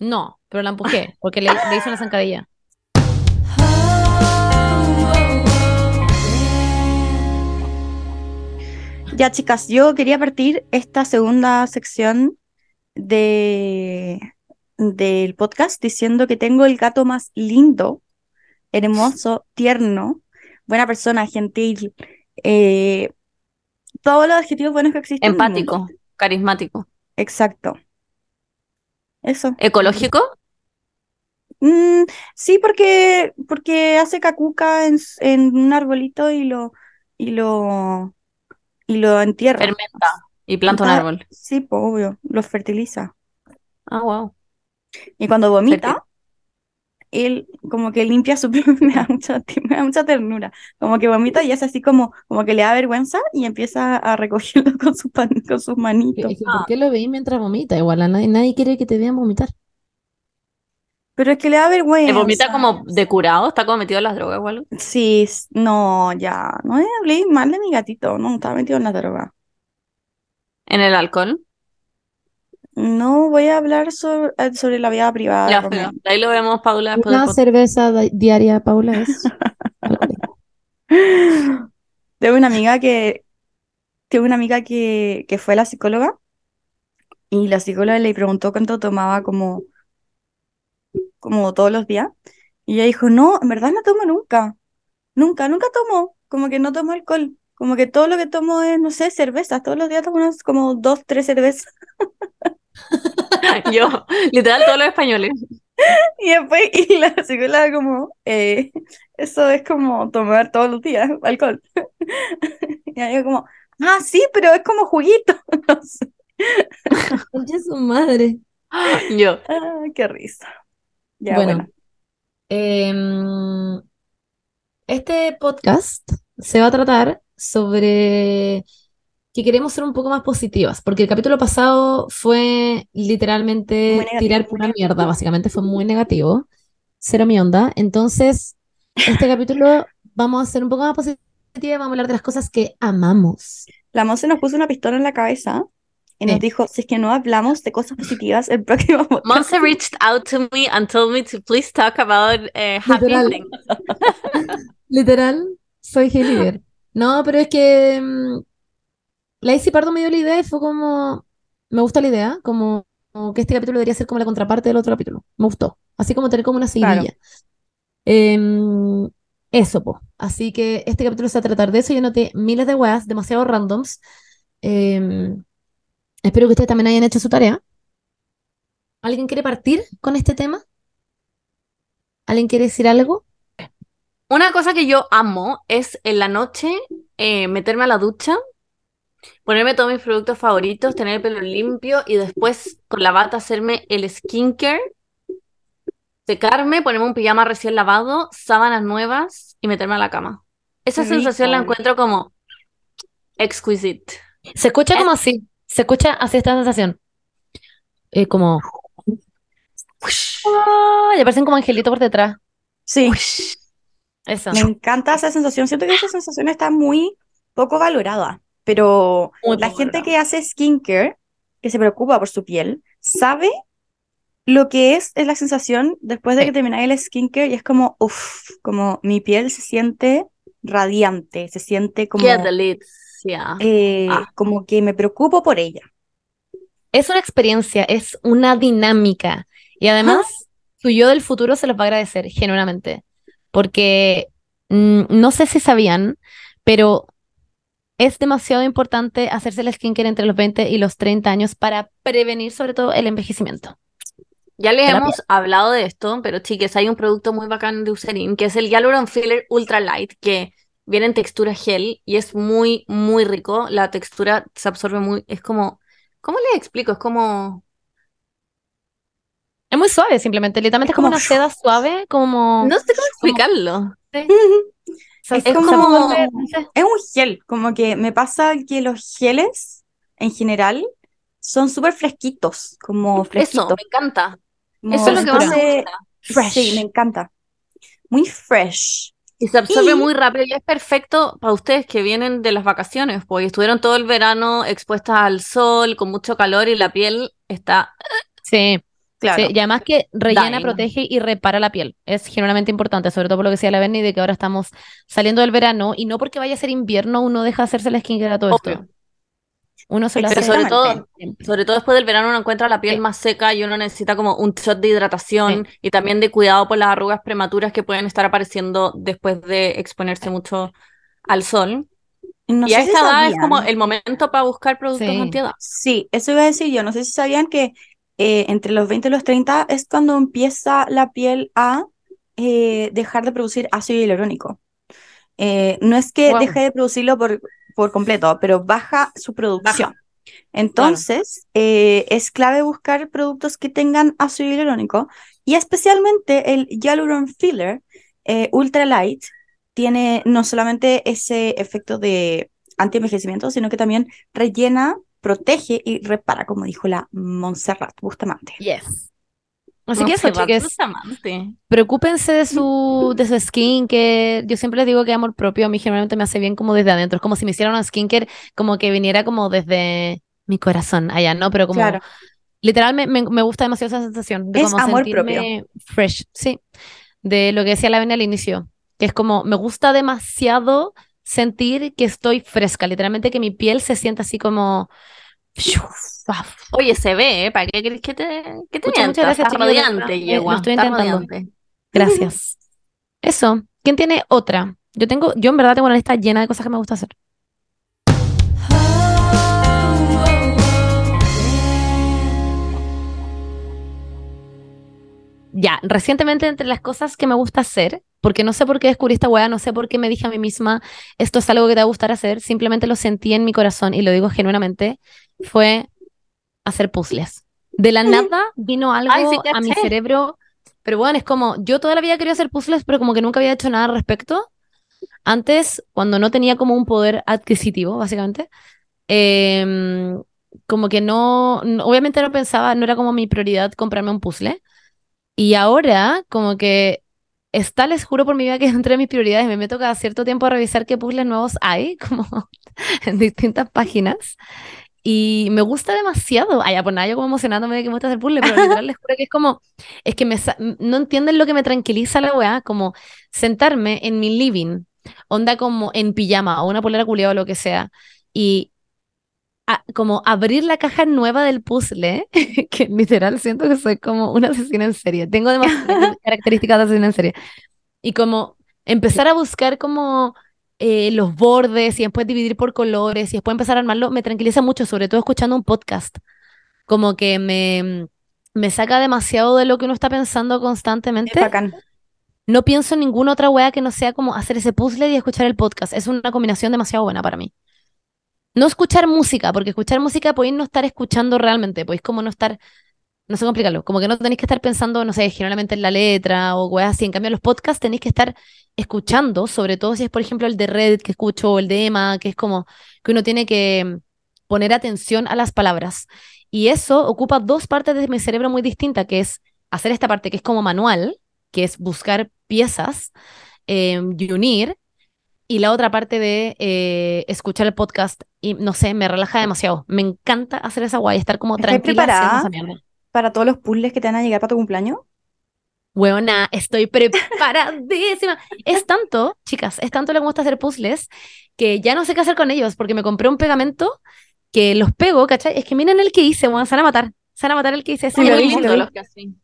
No, pero la empujé porque le, le hice una zancadilla.
Ya, chicas, yo quería partir esta segunda sección de, del podcast diciendo que tengo el gato más lindo, hermoso, tierno, buena persona, gentil, eh, todos los adjetivos buenos que existen. en el mundo.
Empático, carismático,
Exacto. Eso.
ecológico.
Mm, sí, porque, porque hace cacuca en, s- en un arbolito y lo, y lo, y lo entierra.
Fermenta y planta un
Está-
árbol.
Sí, pues, obvio, lo fertiliza.
Ah, wow.
Y cuando vomita, él como que limpia su propio, me da mucha, te- me da mucha ternura. Como que vomita y es así como, como que le da vergüenza y empieza a recogerlo con sus pan- con sus manitos.
Es que, ¿Por qué lo veí mientras vomita? Igual a nadie, nadie quiere que te vean vomitar.
Pero es que le da
¿Se
vergüenza.
vomita como de curado? ¿Está como metido en las drogas o algo?
Sí, s- no, ya, no me hablé mal de mi gatito, no, estaba metido en la droga.
¿En el alcohol?
No voy a hablar sobre, eh, sobre la vida privada de
Ya,
Romeo.
pero de ahí lo vemos, Paula, después del
Una
podcast.
cerveza di- diaria, Paula, es alcohólica.
Tengo una amiga que, tengo una amiga que, que fue a la psicóloga y la psicóloga le preguntó cuánto tomaba como, como todos los días. Y ella dijo, no, en verdad no tomo nunca, nunca, nunca tomo, como que no tomo alcohol, como que todo lo que tomo es, no sé, cervezas, todos los días tomo unas como dos, tres cervezas.
Yo, literal, todos los españoles.
Y después, y la psicóloga como, eh, eso es como tomar todos los días alcohol. Y yo como, ah, sí, pero es como juguito. No sé.
Oye, su madre.
Yo,
Ah, qué risa. Ya,
Bueno,
bueno.
em, este podcast se va a tratar sobre que queremos ser un poco más positivas, porque el capítulo pasado fue literalmente
Muy negativo,
tirar
muy
pura mierda, básicamente fue muy negativo, cero mi onda. Entonces, este capítulo vamos a ser un poco más positiva, vamos a hablar de las cosas que amamos.
La Monse nos puso una pistola en la cabeza y nos
Sí.
dijo, si es que no hablamos de cosas positivas, el próximo podcast
Monse reached out to me and told me to please talk about eh, happy
Literal.
things.
Literal, soy G-Leader. No, pero es que mm, la Izzy Pardo me dio la idea y fue como, me gusta la idea, como, como que este capítulo debería ser como la contraparte del otro capítulo. Me gustó. Así como tener como una
Claro.
seguidilla. Em, eso, po. Así que este capítulo se va a tratar de eso. Yo noté miles de weas, demasiado randoms. Em, espero que ustedes también hayan hecho su tarea. ¿Alguien quiere partir con este tema? ¿Alguien quiere decir algo?
Una cosa que yo amo es en la noche eh, meterme a la ducha, ponerme todos mis productos favoritos, tener el pelo limpio y después con la bata hacerme el skincare, secarme, ponerme un pijama recién lavado, sábanas nuevas y meterme a la cama. Esa
Qué
sensación la
rico.
encuentro como exquisite.
Se escucha como así, se escucha así esta sensación. Eh, como. ¡Ah! Y aparecen como angelitos por detrás.
Sí,
Eso.
me encanta esa sensación. Siento que esa sensación está muy poco valorada, pero
Muy
la
poco
gente que
valorada.
hace skincare, que se preocupa por su piel, sabe lo que es, es la sensación después de
Sí.
que termináis el skincare y es como, uff, como mi piel se siente radiante, se siente como,
Qué delicia.
eh,
Ah.
como que me preocupo por ella.
Es una experiencia, es una dinámica. Y además, su yo del futuro se los va a agradecer, genuinamente. Porque mm, no sé si sabían, pero es demasiado importante hacerse el skincare entre los 20 y los 30 años para prevenir, sobre todo, el envejecimiento.
Ya les
Terapia.
hemos hablado de esto, pero chiques, hay un producto muy bacán de Eucerin que es el Hyaluron Filler Ultra Light, que viene en textura gel y es muy, muy rico. La textura se absorbe muy, es como, ¿cómo les explico? Es como,
Es muy suave, simplemente. Literalmente es como
Como-
una seda suave, como.
no sé cómo explicarlo.
Sal-
Es
sal-
como-
sal- no sé.
Es un gel, como que me pasa que los geles en general son súper fresquitos, como
Eso,
fresquitos.
me encanta.
como
Eso es lo que más me
entonces-
gusta.
Fresh.
Sí, me encanta. Muy fresh.
Y se absorbe
Y-
muy rápido y es perfecto para ustedes que vienen de las vacaciones, porque estuvieron todo el verano expuestas al sol, con mucho calor y la piel está...
Sí,
Claro.
sí, y además que rellena,
Dying.
protege y repara la piel. Es generalmente importante, sobre todo por lo que decía la Bernie, de que ahora estamos saliendo del verano y no porque vaya a ser invierno uno deja de hacerse la skincare a todo esto.
Obvio.
Uno se lo hace
Pero sobre todo-
siempre, siempre.
Sobre todo después del verano uno encuentra la piel
Sí.
más seca y uno necesita como un shot de hidratación y también de cuidado por las arrugas prematuras que pueden estar apareciendo después de exponerse mucho al sol.
No
Y
sé
a
si
esta edad es
sabían.
como el momento para buscar productos
Sí.
antiedad.
Sí, eso iba a decir yo. No sé si sabían que eh, entre los 20 y los 30 es cuando empieza la piel a eh, dejar de producir ácido hialurónico. Eh, no es que
Guau.
deje de producirlo por, por completo, pero baja su producción. Entonces, eh, es clave buscar productos que tengan ácido hialurónico y especialmente el Hyaluron Filler eh, Ultralight tiene no solamente ese efecto de antienvejecimiento, sino que también rellena, protege y repara, como dijo la Montserrat Bustamante.
Yes. Así que eso,
Montserrat
chiques,
Bustamante.
preocúpense de su, de su skincare. Yo siempre les digo que amor propio a mí generalmente me hace bien como desde adentro. Es como si me hiciera una skincare como que viniera como desde mi corazón allá, ¿no? Pero como
Claro.
Literal, me, me- me gusta demasiado esa sensación de
Es
como
amor
sentirme fresh, sí. De lo que decía la Vene al inicio, que es como, me gusta demasiado sentir que estoy fresca, literalmente que mi piel se sienta así como...
Oye, se ve, ¿eh? ¿Para qué crees que te, que te
Muchas, muchas
mientas?
gracias,
Estás
chiquillos, de verdad.
radiante,
Eh, lo
yegua,
estoy
estás
intentando.
radiante.
Gracias. Eso. ¿Quién tiene otra? Yo tengo, yo en verdad tengo una lista llena de cosas que me gusta hacer. Ya, recientemente entre las cosas que me gusta hacer, porque no sé por qué descubrí esta weá, no sé por qué me dije a mí misma, esto es algo que te va a gustar hacer, simplemente lo sentí en mi corazón y lo digo genuinamente, fue hacer puzzles. De la nada vino algo
Ay, sí,
a mi
caché.
cerebro, pero bueno, es como, yo toda la vida quería hacer puzzles, pero como que nunca había hecho nada al respecto. Antes, cuando no tenía como un poder adquisitivo, básicamente, em, como que no, no- obviamente no pensaba, no era como mi prioridad comprarme un puzzle. Y ahora, como que está, les juro por mi vida que es entre mis prioridades, me meto cada cierto tiempo a revisar qué puzzles nuevos hay, como en distintas páginas. Y me gusta demasiado. Ay, ya, pues nada, yo como emocionándome de que me gusta hacer puzzle, pero literal les juro que es como, es que me, sa- no entienden lo que me tranquiliza la weá, como sentarme en mi living, onda como en pijama o una polera culiada o lo que sea, y a- como abrir la caja nueva del puzzle, que literal siento que soy como una asesina en serie. Tengo demasiadas características de asesina en serie. Y como empezar a buscar como eh, los bordes y después dividir por colores y después empezar a armarlo, me tranquiliza mucho, sobre todo escuchando un podcast. Como que me, me saca demasiado de lo que uno está pensando
Es
constantemente.
bacán.
No pienso en ninguna otra wea que no sea como hacer ese puzzle y escuchar el podcast. Es una combinación demasiado buena para mí. No escuchar música, porque escuchar música podéis no estar escuchando realmente, podéis como no estar, no sé cómo explicarlo, como que no tenéis que estar pensando, no sé, generalmente en la letra o weas así. En cambio, los podcasts tenéis que estar escuchando, sobre todo si es, por ejemplo, el de Reddit que escucho o el de Emma, que es como que uno tiene que mm, poner atención a las palabras. Y eso ocupa dos partes de mi cerebro muy distintas, que es hacer esta parte que es como manual que es buscar piezas eh, y unir, y la otra parte de eh, escuchar el podcast, y no sé, me relaja demasiado. Me encanta hacer esa guay, estar como
¿Estás
tranquila haciendo
preparada?
esa mierda.
Para todos los puzzles que te van a llegar para tu cumpleaños.
Weona, estoy preparadísima. Es tanto, chicas, es tanto lo que me gusta hacer puzzles que ya no sé qué hacer con ellos porque me compré un pegamento que los pego, ¿cachai? Es que miren el que hice, weón, se van a matar. Se van a matar el que hice.
Sí,
Sí,
lo
lo vi,
lindo
lo vi.
los que así.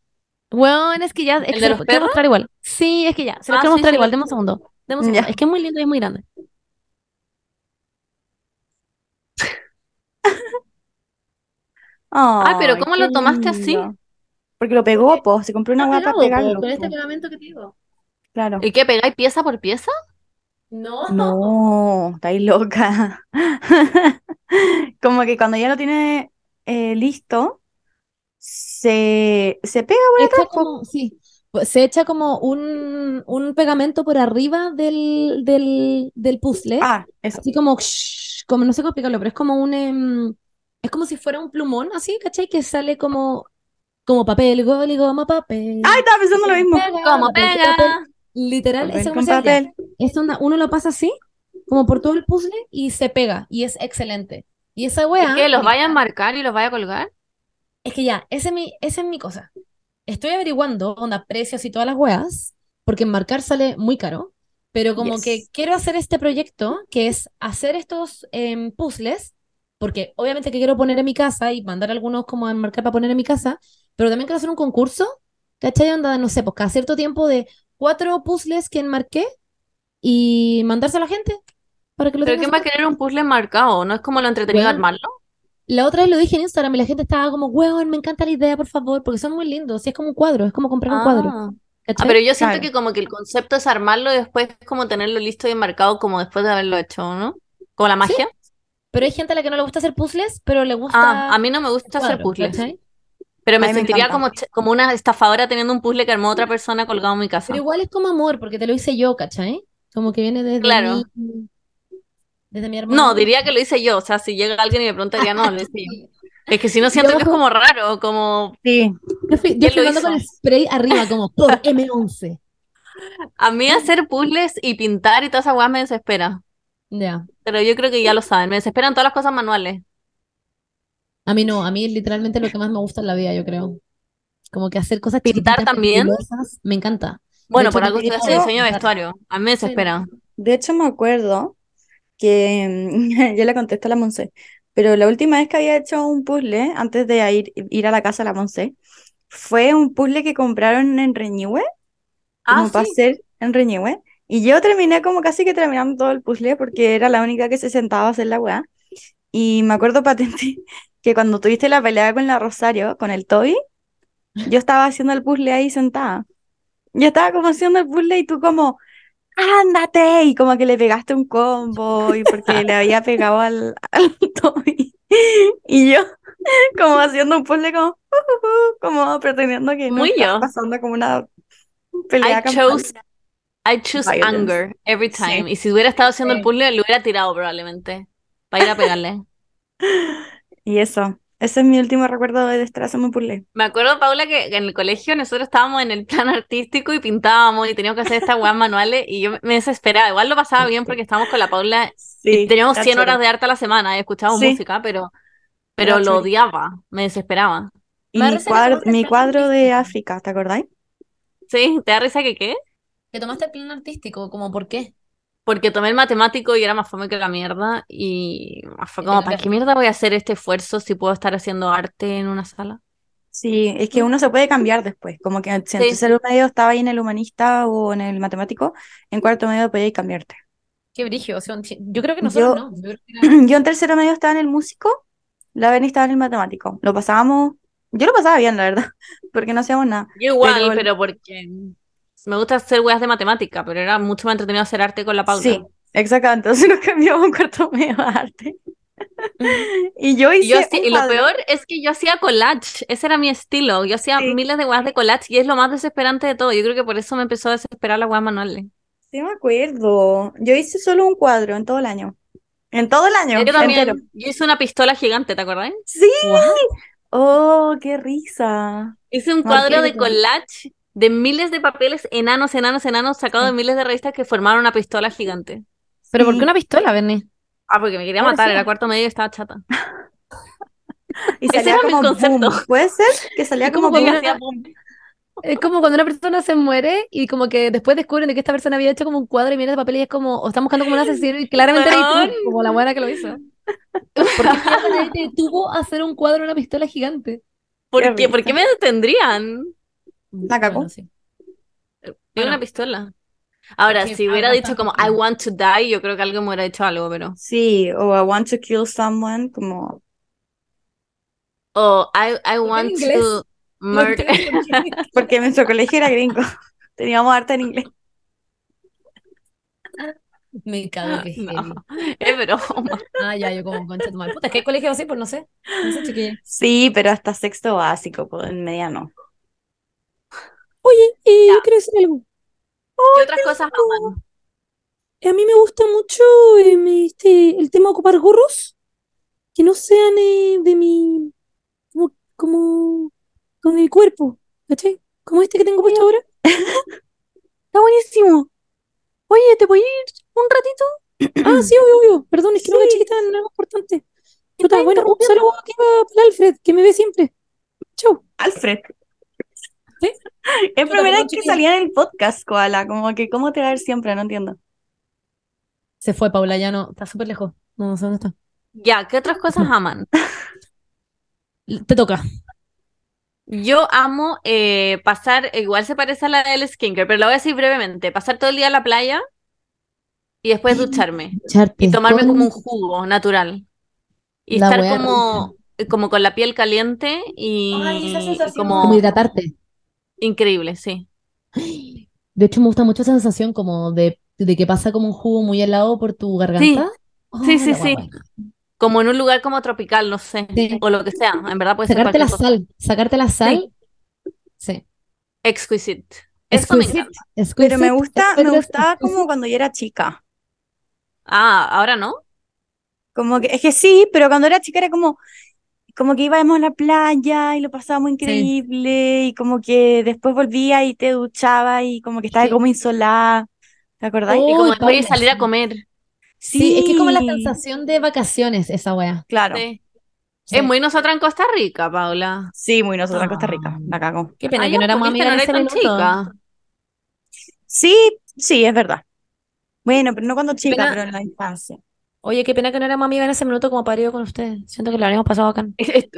Weón, es que ya. es que
de
se
los
quiero
perros?
mostrar igual. Sí, es que ya. Se los
Ah,
quiero
sí,
mostrar
sí,
igual.
lo
Deme un segundo. Deme un segundo.
Ya.
Es que es muy lindo y es muy grande.
Ah, pero
Ay,
¿cómo
qué
lo tomaste así?
lindo. Porque lo pegó, pues, se compró
Ah,
una guapa para pegarlo,
con este
po,
pegamento que te digo.
claro.
¿Y qué, pegáis pieza por pieza?
No.
No, estáis loca. Como que cuando ya lo tiene eh, listo, se, se pega por
Echa
atrás, po.
como, sí. Pues Se echa como un, un pegamento por arriba del, del, del puzzle.
Ah, eso.
Así como, shhh, como, no sé cómo explicarlo, pero es como un. em, es como si fuera un plumón, así, ¿cachai? Que sale como, como papel, gol y goma, papel.
Ay, estaba pensando lo mismo.
Pega,
¿Cómo
papel,
pega?
papel. Literal,
Papel
ese
con
comercial ya.
papel.
Es onda, uno lo pasa así, como por todo el puzzle, y se pega, y es excelente. Y esa
¿Y
weá,
qué, los
me
vaya a
encanta.
marcar y los vaya a colgar?
Es que ya, ese es mi, esa es mi cosa. Estoy averiguando, onda, precios y todas las weas, porque enmarcar sale muy caro, pero como que
Yes.
quiero hacer este proyecto, que es hacer estos em, puzzles, porque obviamente que quiero poner en mi casa y mandar algunos como a enmarcar para poner en mi casa, pero también quiero hacer un concurso, ¿cachai? Onda, no sé, pues cada cierto tiempo de cuatro puzzles que enmarqué y mandarse a la gente para que lo
¿Pero
tenga
quién va a
súper-
querer un puzzle marcado? ¿No es como lo entretenido
Bueno.
armarlo?
La otra vez lo dije en Instagram y la gente estaba como, weón, me encanta la idea, por favor, porque son muy lindos, y es como un cuadro, es como comprar un cuadro,
Ah. Ah,
¿cachai?
pero yo siento
Claro.
que como que el concepto es armarlo y después como tenerlo listo y marcado como después de haberlo hecho, ¿no? Como la magia.
Pero hay gente a la que no le gusta hacer puzzles, pero le gusta
Ah, a mí no me gusta hacer
cuadros,
puzzles,
¿cachai?
pero me
A mí me
sentiría
encanta.
como, ch- como una estafadora teniendo un puzzle que armó otra persona colgado en mi casa.
Pero igual es como amor, porque te lo hice yo, ¿cachai? Como que viene desde
Claro.
mi, desde mi hermano.
No, diría que lo hice yo, o sea, si llega alguien y me preguntaría, no, lo hice yo. Es que si no siento
Yo-
que es como raro, como
Sí,
Yo fui, yo
¿Quién
fui
lo
andando con el
hizo?
spray arriba, como por M11.
a mí hacer puzzles y pintar y todas esas weas me desespera.
Ya.
Pero yo creo que ya lo saben, me desesperan todas las cosas manuales.
A mí no, a mí literalmente lo que más me gusta en la vida, yo creo. Como que hacer cosas
¿Pintar
chiquititas,
también?
meticulosas, me encanta.
Bueno,
hecho,
por
te
algo estoy
digo-
haciendo diseño de vestuario, a mí me desespera.
de hecho me acuerdo que mm, yo le contesto a la Monse, pero la última vez que había hecho un puzzle, antes de ir, ir a la casa de la Monse, fue un puzzle que compraron en Reñihue,
Ah,
como para
sí.
hacer en Reñihue, y yo terminé como casi que terminando todo el puzzle porque era la única que se sentaba a hacer la weá. Y me acuerdo patente que cuando tuviste la pelea con la Rosario, con el Toby, yo estaba haciendo el puzzle ahí sentada. Yo estaba como haciendo el puzzle y tú como, ándate, y como que le pegaste un combo y porque le había pegado al, al Toby. Y yo como haciendo un puzzle como, "Uh, como pretendiendo que no
Muy
estaba
yo.
pasando como una pelea
I
campal.
chose, I choose
Violence.
anger every
Sí.
time. Y si hubiera estado haciendo el
Sí.
puzzle, lo hubiera tirado probablemente. Para ir a pegarle.
Y eso, ese es mi último recuerdo de Destrázame un puzzle.
Me acuerdo, Paula, que que en el colegio nosotros estábamos en el plan artístico y pintábamos y teníamos que hacer estas weas manuales y yo me desesperaba. Igual lo pasaba bien porque estábamos con la Paula y
Sí,
teníamos
está
100 horas
choro.
de arte a la semana y escuchábamos
Sí.
música, pero, pero
Era
lo
choro.
odiaba, me desesperaba.
Y
Me
mi
parece que acabas
cuadro,
de
mi
estar
cuadro de
artística.
África, ¿te acordáis?
¿Sí? ¿Te da risa que qué?
Que tomaste el plan artístico, como ¿por qué?
Porque tomé el matemático y era más fome que la mierda y fue
Y te
como,
lo
¿para
cagaste.
qué mierda voy a hacer este esfuerzo si puedo estar haciendo arte en una sala?
Sí, es que uno se puede cambiar después, como que si en
Sí.
tercero medio estaba ahí en el humanista o en el matemático, en cuarto medio podías cambiarte.
Qué brigio, o sea, yo creo que nosotros
Yo-
no. Yo creo que era-
Yo en tercero medio estaba en el músico, la Beni estaba en el matemático. Lo pasábamos, yo lo pasaba bien, la verdad, porque no hacíamos nada.
Yo igual,
Pero-
pero, porque me gusta hacer weas de matemática, pero era mucho más entretenido hacer arte con la Paula.
Sí, exactamente, entonces nos cambiamos en cuarto medio a arte. Y yo
Y, yo
hice
hacía-
un
y lo
cuadro.
peor es que yo hacía collage, ese era mi estilo, yo hacía
Sí.
miles de weas de collage y es lo más desesperante de todo, yo creo que por eso me empezó a desesperar la wea manuales.
Sí, me acuerdo. Yo hice solo un cuadro en todo el año. En todo el año,
Yo también,
entero.
yo hice una pistola gigante, ¿te acordás?
Sí.
Guau.
Oh, qué risa.
Hice un
Marqué
cuadro de
el cuadro.
collage de miles de papeles enanos, enanos, enanos, sacados de miles de revistas que formaron una pistola gigante.
¿Pero por
Sí.
qué una pistola, Bernie?
Ah, porque me quería
Ahora
matar,
sí.
era cuarto medio y estaba chata.
Y
Ese
salía
era mi
como boom.
concepto.
¿Puede ser que salía
Es como
como
Porque
boom?
una-
hacía boom.
Es como cuando una persona se muere y como que después descubren de que esta persona había hecho como un cuadro y mira el papel y es como, o están buscando como un asesino y claramente eres tú,
Weón.
como la buena que lo hizo. ¿Por qué mierda nadie te detuvo a hacer un cuadro de una pistola gigante?
¿Por
Qué
qué? ¿Por qué me detendrían?
La cagó.
Bueno, sí.
Tengo una pistola. Ahora,
Sí,
si hubiera
ahora
dicho
está
como I
bien.
want to die, yo creo que alguien me hubiera dicho algo, pero.
Sí, o I want to kill someone, como
O I, I
¿Por qué en
want
inglés?
to
No
murder.
entiendo por qué.
porque nuestro colegio era gringo. Teníamos arte en inglés.
Me cago que es
No.
heavy.
Es broma.
Ah, ya, yo como concha de tu madre. Puta, es que hay colegios así, pues no sé. No sé, chiquilla.
Sí, pero hasta sexto básico, pues, en media no.
Oye, eh,
Ya.
yo quiero decir algo.
¿Qué otras cosas aman?
A mí me gusta mucho em, este, el tema de ocupar gorros que no sean eh, de mi como, como, como de mi cuerpo, ¿cachai? Como este que tengo puesto ahora. Está buenísimo. Oye, ¿te puedo ir un ratito? Ah, sí, obvio, obvio. Perdón, es que no caché que estaba en algo importante. Puta, bueno, un saludo aquí para para Alfred, que me ve siempre. Chau.
Alfred.
¿Sí?
Es primera
perdón,
vez que
chiquilla.
salía en el podcast, Koala, como que cómo te va a ir siempre, no entiendo.
Se fue, Paula, ya no. Está súper lejos. No, no sé dónde está.
Ya, ¿qué otras cosas aman?
Te toca.
Yo amo eh, pasar, igual se parece a la del skincare, pero lo voy a decir brevemente, pasar todo el día a la playa y después ducharme y tomarme como un jugo natural y
La
estar
wea
como, como con la piel caliente y
Ay, esa sensación.
como
Como hidratarte.
increíble, sí.
De hecho, me gusta mucho esa sensación como de, de que pasa como un jugo muy helado por tu garganta.
Sí,
Oh,
sí,
la
sí.
guagua.
Como en un lugar como tropical, no sé,
Sí.
o lo que sea, en verdad puede ser
Sacarte la
cualquier cosa.
sal, sacarte la sal. Sí.
Exquisite. Eso me
Exquisite,
encanta.
Pero me
exquisite,
gusta, me
exquisite,
gustaba
exquisite.
como cuando yo era chica.
Ah, ahora no.
Como que, es que sí, pero cuando era chica era como, como que íbamos a la playa y lo pasábamos increíble y como que después volvía y te duchaba y como que estaba
Sí.
como insolada. ¿Te acordás?
Y
Uy,
como después
Paula,
salir a
sí.
comer.
Sí, es que es como la
Sí,
sensación de vacaciones esa wea.
claro.
Sí.
Sí.
Es muy nosotras en Costa Rica, Paula.
Sí, muy nosotros en Costa Rica,
Ah.
la cagó.
Qué pena
Ay,
que no
ya,
éramos
pues, viste,
amigas en
no eres
ese
tan
minuto.
chica.
Sí, sí, es verdad. Bueno, pero no cuando chica,
Pena-
pero en la infancia.
Oye, qué pena que no éramos amigas en ese minuto como parido con usted. Siento que lo habríamos pasado acá.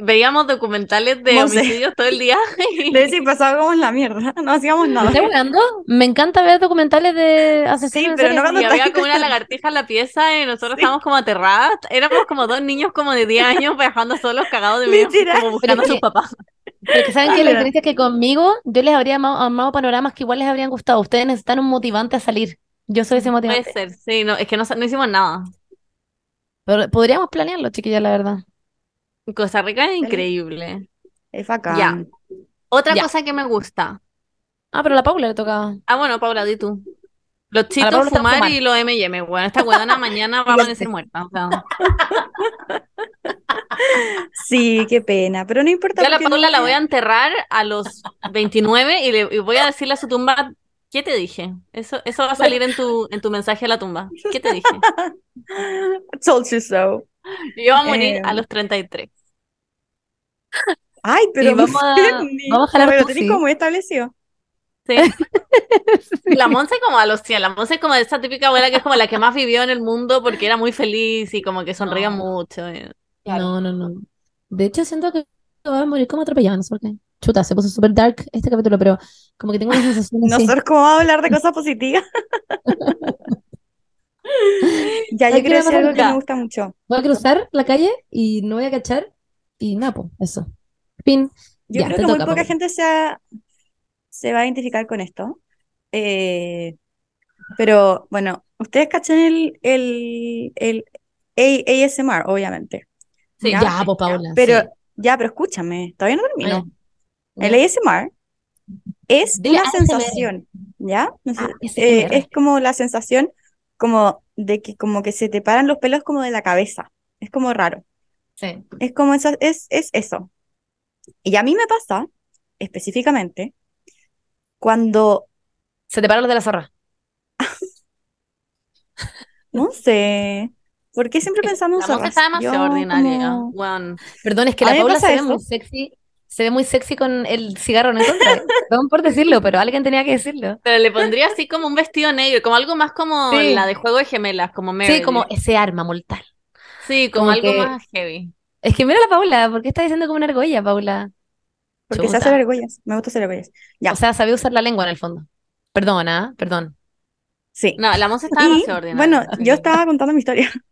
Veíamos documentales de
No sé.
homicidios todo el día.
De decir, pasábamos la mierda, no hacíamos
¿Me
nada.
estás weando? Me encanta ver documentales de
Sí,
asesinos en
pero no
serie.
cuando
Y había
estás-
como una lagartija en la pieza y nosotros estábamos como aterradas. Éramos como dos niños como de 10 años viajando solos, cagados de miedo,
Literal.
como buscando a sus papás.
Porque saben que
Dale, dale.
la diferencia es que conmigo yo les habría ama- armado panoramas que igual les habrían gustado. Ustedes necesitan un motivante a salir. Yo soy ese
Puede
motivante.
ser, sí, no, es que no, no hicimos nada.
Pero podríamos planearlo, chiquillas, la verdad.
Costa Rica es increíble.
Es bacán.
Ya. Otra
Ya.
cosa que me gusta.
Ah, pero a la Paula le tocaba.
Ah, bueno, Paula, di tú. Los
A la Paula
chitos,
está
fumar
fumar.
y los M&M, bueno, esta huevona mañana va a amanecer muerta. o sea.
Sí, qué pena, pero no importa
Yo a la
porque
Paula
no
la
me-
voy a enterrar a los 29 y, le, y voy a decirle a su tumba, ¿qué te dije? Eso, eso va a salir en tu, en tu mensaje a la tumba. ¿Qué te dije?
Told you so.
Yo voy a morir
Eh.
a
Em.
los 33.
Ay, pero
vamos a-
Ferni,
vamos a jalar
pero
tú,
tenés
sí.
como establecido.
¿sí? La Monse como a los 100. La Monse como de esa típica abuela que es como la que más vivió en el mundo porque era muy feliz y como que sonreía
No.
mucho. eh.
No, no, no. De hecho, siento que va a morir como atropellada, no sé por qué. Chuta, se puso súper dark este capítulo, pero como que tengo una sensación así.
Nosotros cómo vamos a hablar de cosas positivas. Ya, yo quiero
Ay, ¿qué me
decir
pasa?
algo que
Ya.
me gusta mucho.
Voy a cruzar la calle y no voy a cachar y nada, po, eso. Fin.
Yo
Ya,
creo
te
que muy
toca,
poca
Paula.
gente se, ha- se va a identificar con esto. Eh, pero bueno, ustedes cachan el, el, el A- ASMR, obviamente.
Sí.
Ya,
Ya,
po, Paula,
Pero
sí.
ya, pero escúchame, todavía no
Bueno,
termino.
ya.
El ASMR es
Dile
una
ASMR.
sensación, ¿ya? No sé,
Ah,
eh,
ASMR.
es como la sensación como de que como que se te paran los pelos como de la cabeza. Es como raro.
Sí.
Es como eso, es, es eso. Y a mí me pasa específicamente cuando,
Se te paran los de la zorra.
no sé, ¿por qué siempre pensando en
La Monse
zorras?
está demasiado
Yo
ordinaria.
como-
weón.
Perdón, es que
A
la
mí me
Paula
pasa
se ve
eso.
muy sexy, se ve muy sexy con el cigarro en el contra. Perdón por decirlo, pero alguien tenía que decirlo.
Pero le pondría así como un vestido negro, como algo más como
Sí.
la de Juego de Gemelas, como Meryl.
Sí, como ese arma mortal.
Sí, como
como
algo
que-
más heavy.
Es que mira la Paula, ¿por qué está diciendo como una argolla, Paula?
Porque se hace
Chuta.
vergüenza, me gusta hacer vergüenza. Ya.
O sea, sabía usar la lengua en el fondo. Perdona, perdón.
Sí.
No, la Monse está
Y,
demasiado ordinaria.
bueno,
sí.
yo estaba contando mi historia.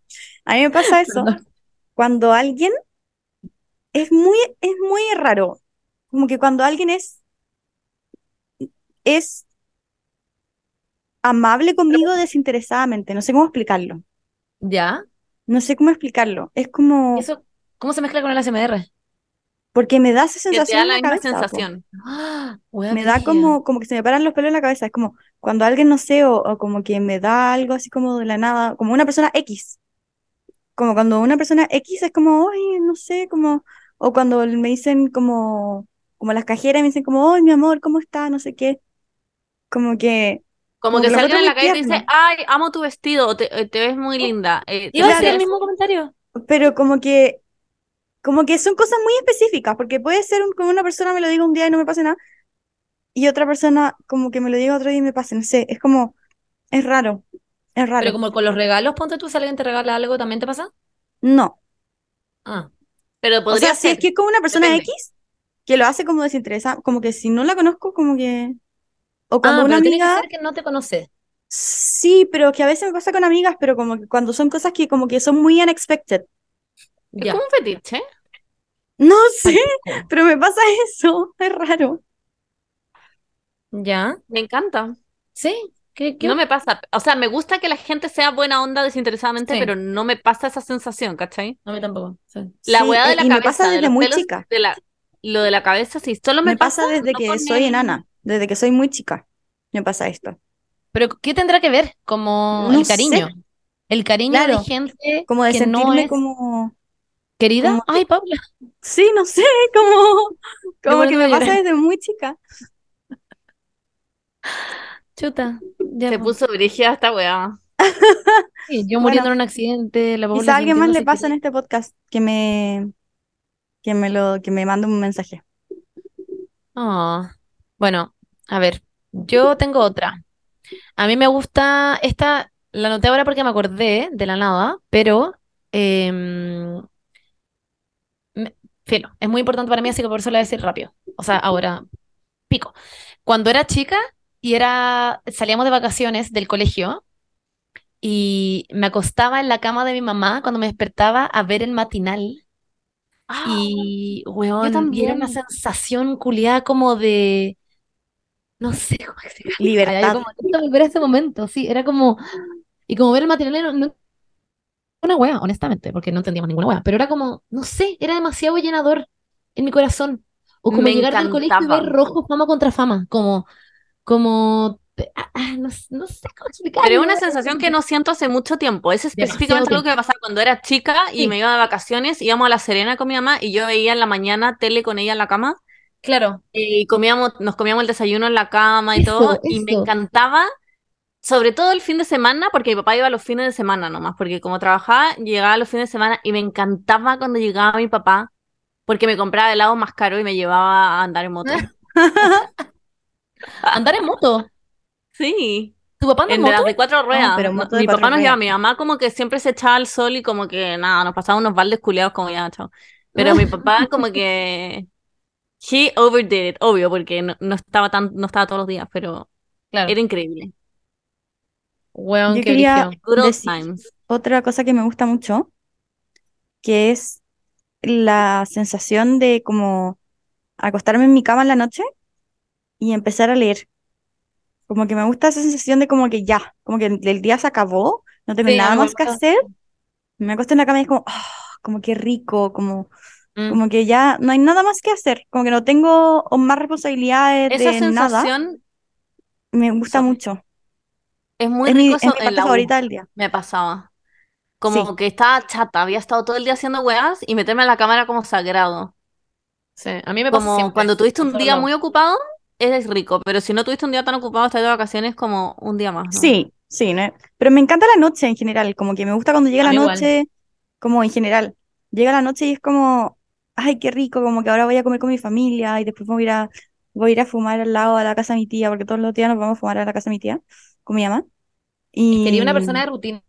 A mí me pasa eso
Perdón.
cuando alguien es muy, es muy raro. Como que cuando alguien es, es amable conmigo desinteresadamente. No sé cómo explicarlo.
¿Ya?
No sé cómo explicarlo. Es como
¿Y eso cómo se mezcla con el ASMR?
porque me da esa
Que te
sensación
da
en
la
la
misma
cabeza, po.
sensación.
Ah, wea
Me da
brígida.
como, como que se me paran los pelos en la cabeza. Es como cuando alguien, no sé, o, o como que me da algo así como de la nada, como una persona X. Como cuando una persona X es como, ay, no sé, como, o cuando me dicen como, como las cajeras me dicen como, ay, mi amor, ¿cómo está? No sé qué. Como que,
Como
Como
que
que lo
salga
encuentro
en la
muy
calle y te
tierno.
dice, ay, amo tu vestido, o te, eh, te ves muy linda. eh, te
Iba a
Claro,
hacer el
deseas-
mismo comentario.
pero como que, como que son cosas muy específicas, porque puede ser un- como una persona me lo diga un día y no me pase nada, y otra persona como que me lo diga otro día y me pase, no sé, es como, es raro, es
Pero
raro.
como con los regalos, ponte tú, si alguien te regala algo, ¿también te pasa?
No,
Ah.
Pero
O
podría
sea, si es
ser.
que es como una persona
depende.
X que lo hace como desinteresada, como que si no la conozco, como que. O cuando
Ah,
una
pero tiene que
amiga.
ser que no te conoce.
Sí, pero que a veces me pasa con amigas, pero como que cuando son cosas que como que son muy unexpected.
Es
Ya.
como un fetiche.
No sé, pero me pasa eso. Es raro.
¿Ya?
Me encanta.
¿Sí? ¿Qué, qué?
No me pasa. O sea, me gusta que la gente sea buena onda desinteresadamente,
Sí.
pero no me pasa esa sensación, ¿cachai?
No, a mí tampoco. Sí.
La
Sí,
weá de
eh,
la
y me
cabeza,
pasa
de
desde
los
muy
pelos,
chica.
de la, lo de la cabeza, sí. Solo me
Me pasa desde
no
que
con
soy
el-
enana, desde que soy muy chica. Me pasa esto.
Pero ¿qué tendrá que ver? Como el
No sé.
cariño. El cariño de
Claro.
gente
Como de
que no
sentirme
es
como.
querida.
como-
Ay, Paula.
Sí, no sé, como, como
poniendo
que
a
me pasa
llorar.
desde muy chica.
Chuta. Ya,
Se
po.
puso brígida esta weá.
Sí, yo
Bueno.
muriendo en un accidente, la
Quizá
Paula
a alguien más le
sintiéndose
pasa en
querida.
este podcast que me, que me lo, que me mande un mensaje.
Ah, Bueno, a ver, yo tengo otra. A mí me gusta esta, la anoté ahora porque me acordé de la nada, pero em, me- filo, es muy importante para mí, así que por eso la voy a decir rápido. O sea, ahora pico. Cuando era chica y era, salíamos de vacaciones del colegio y me acostaba en la cama de mi mamá cuando me despertaba a ver el matinal.
Ah,
Y, weón, y era una
también.
sensación culiada como de, no sé cómo explicarlo. Ay,
Libertad.
Yo como, necesito volver a ese momento, sí, era como, y como ver el material era no- una wea, honestamente, porque no entendíamos ninguna wea, pero era como, no sé, era demasiado llenador en mi corazón. O como
Me
llegar del colegio y ver
encantaba.
rojo fama contra fama, como, como, ah, ah, no, s- no sé cómo explicarlo.
Pero es una
era
sensación
como
que no siento hace mucho tiempo. Es específicamente algo
tiempo.
que me pasaba cuando era chica y
Sí.
me iba de vacaciones, íbamos a La Serena con mi mamá y yo veía en la mañana tele con ella en la cama eh,
Claro.
y comíamos, nos comíamos el desayuno en la cama y
Eso,
todo y me
eso.
encantaba, sobre todo el fin de semana, porque mi papá iba los fines de semana nomás, porque como trabajaba, llegaba los fines de semana y me encantaba cuando llegaba mi papá, porque me compraba helado más caro y me llevaba a andar en moto.
Ah. Andar en moto,
Sí.
tu papá anda en
En
moto.
las de cuatro ruedas.
Ah, pero
No,
moto de
mi
cuatro
papá nos
ruedas.
llevaba, mi mamá como que siempre se echaba al sol y como que nada, nos pasaba unos baldes culeados como ya, chao. Pero mi papá como que he overdid it, obvio, porque no, no estaba tan, no estaba todos los días, pero
Claro.
era increíble.
Weón,
Yo
qué
quería
brígido.
Good old
decir
times.
otra cosa que me gusta mucho, que es la sensación de como acostarme en mi cama en la noche y empezar a leer. Como que me gusta esa sensación de como que ya, como que el, el día se acabó, no tengo
Sí, a
nada
mí me
más que
pasa.
hacer. Me acuesto en la cama y es como, ah, como que rico, como,
Mm.
como que ya no hay nada más que hacer, como que no tengo o más responsabilidades
Esa
de nada.
sensación
Me gusta
sorry.
mucho.
es muy
Es mi,
rico
es mi
eso en
parte
la U,
favorita del día.
me pasaba. Como
Sí.
que estaba chata, había estado todo el día haciendo weas y meterme en la cámara como sagrado.
Sí, a mí me pasa
Como
siempre.
cuando tuviste
No
un
solo
día
la U.
muy ocupado, es rico, pero si no tuviste un día tan ocupado, estás de vacaciones como un día más, ¿no?
Sí, sí, ¿no? Pero me encanta la noche en general, como que me gusta cuando llega
A
la
mí igual.
noche, como en general. Llega la noche y es como, ay, qué rico, como que ahora voy a comer con mi familia y después me voy a ir a, voy a ir a fumar al lado a la casa de mi tía, porque todos los días nos vamos a fumar a la casa de mi tía, con mi mamá.
Quería una
Y
persona de rutinas,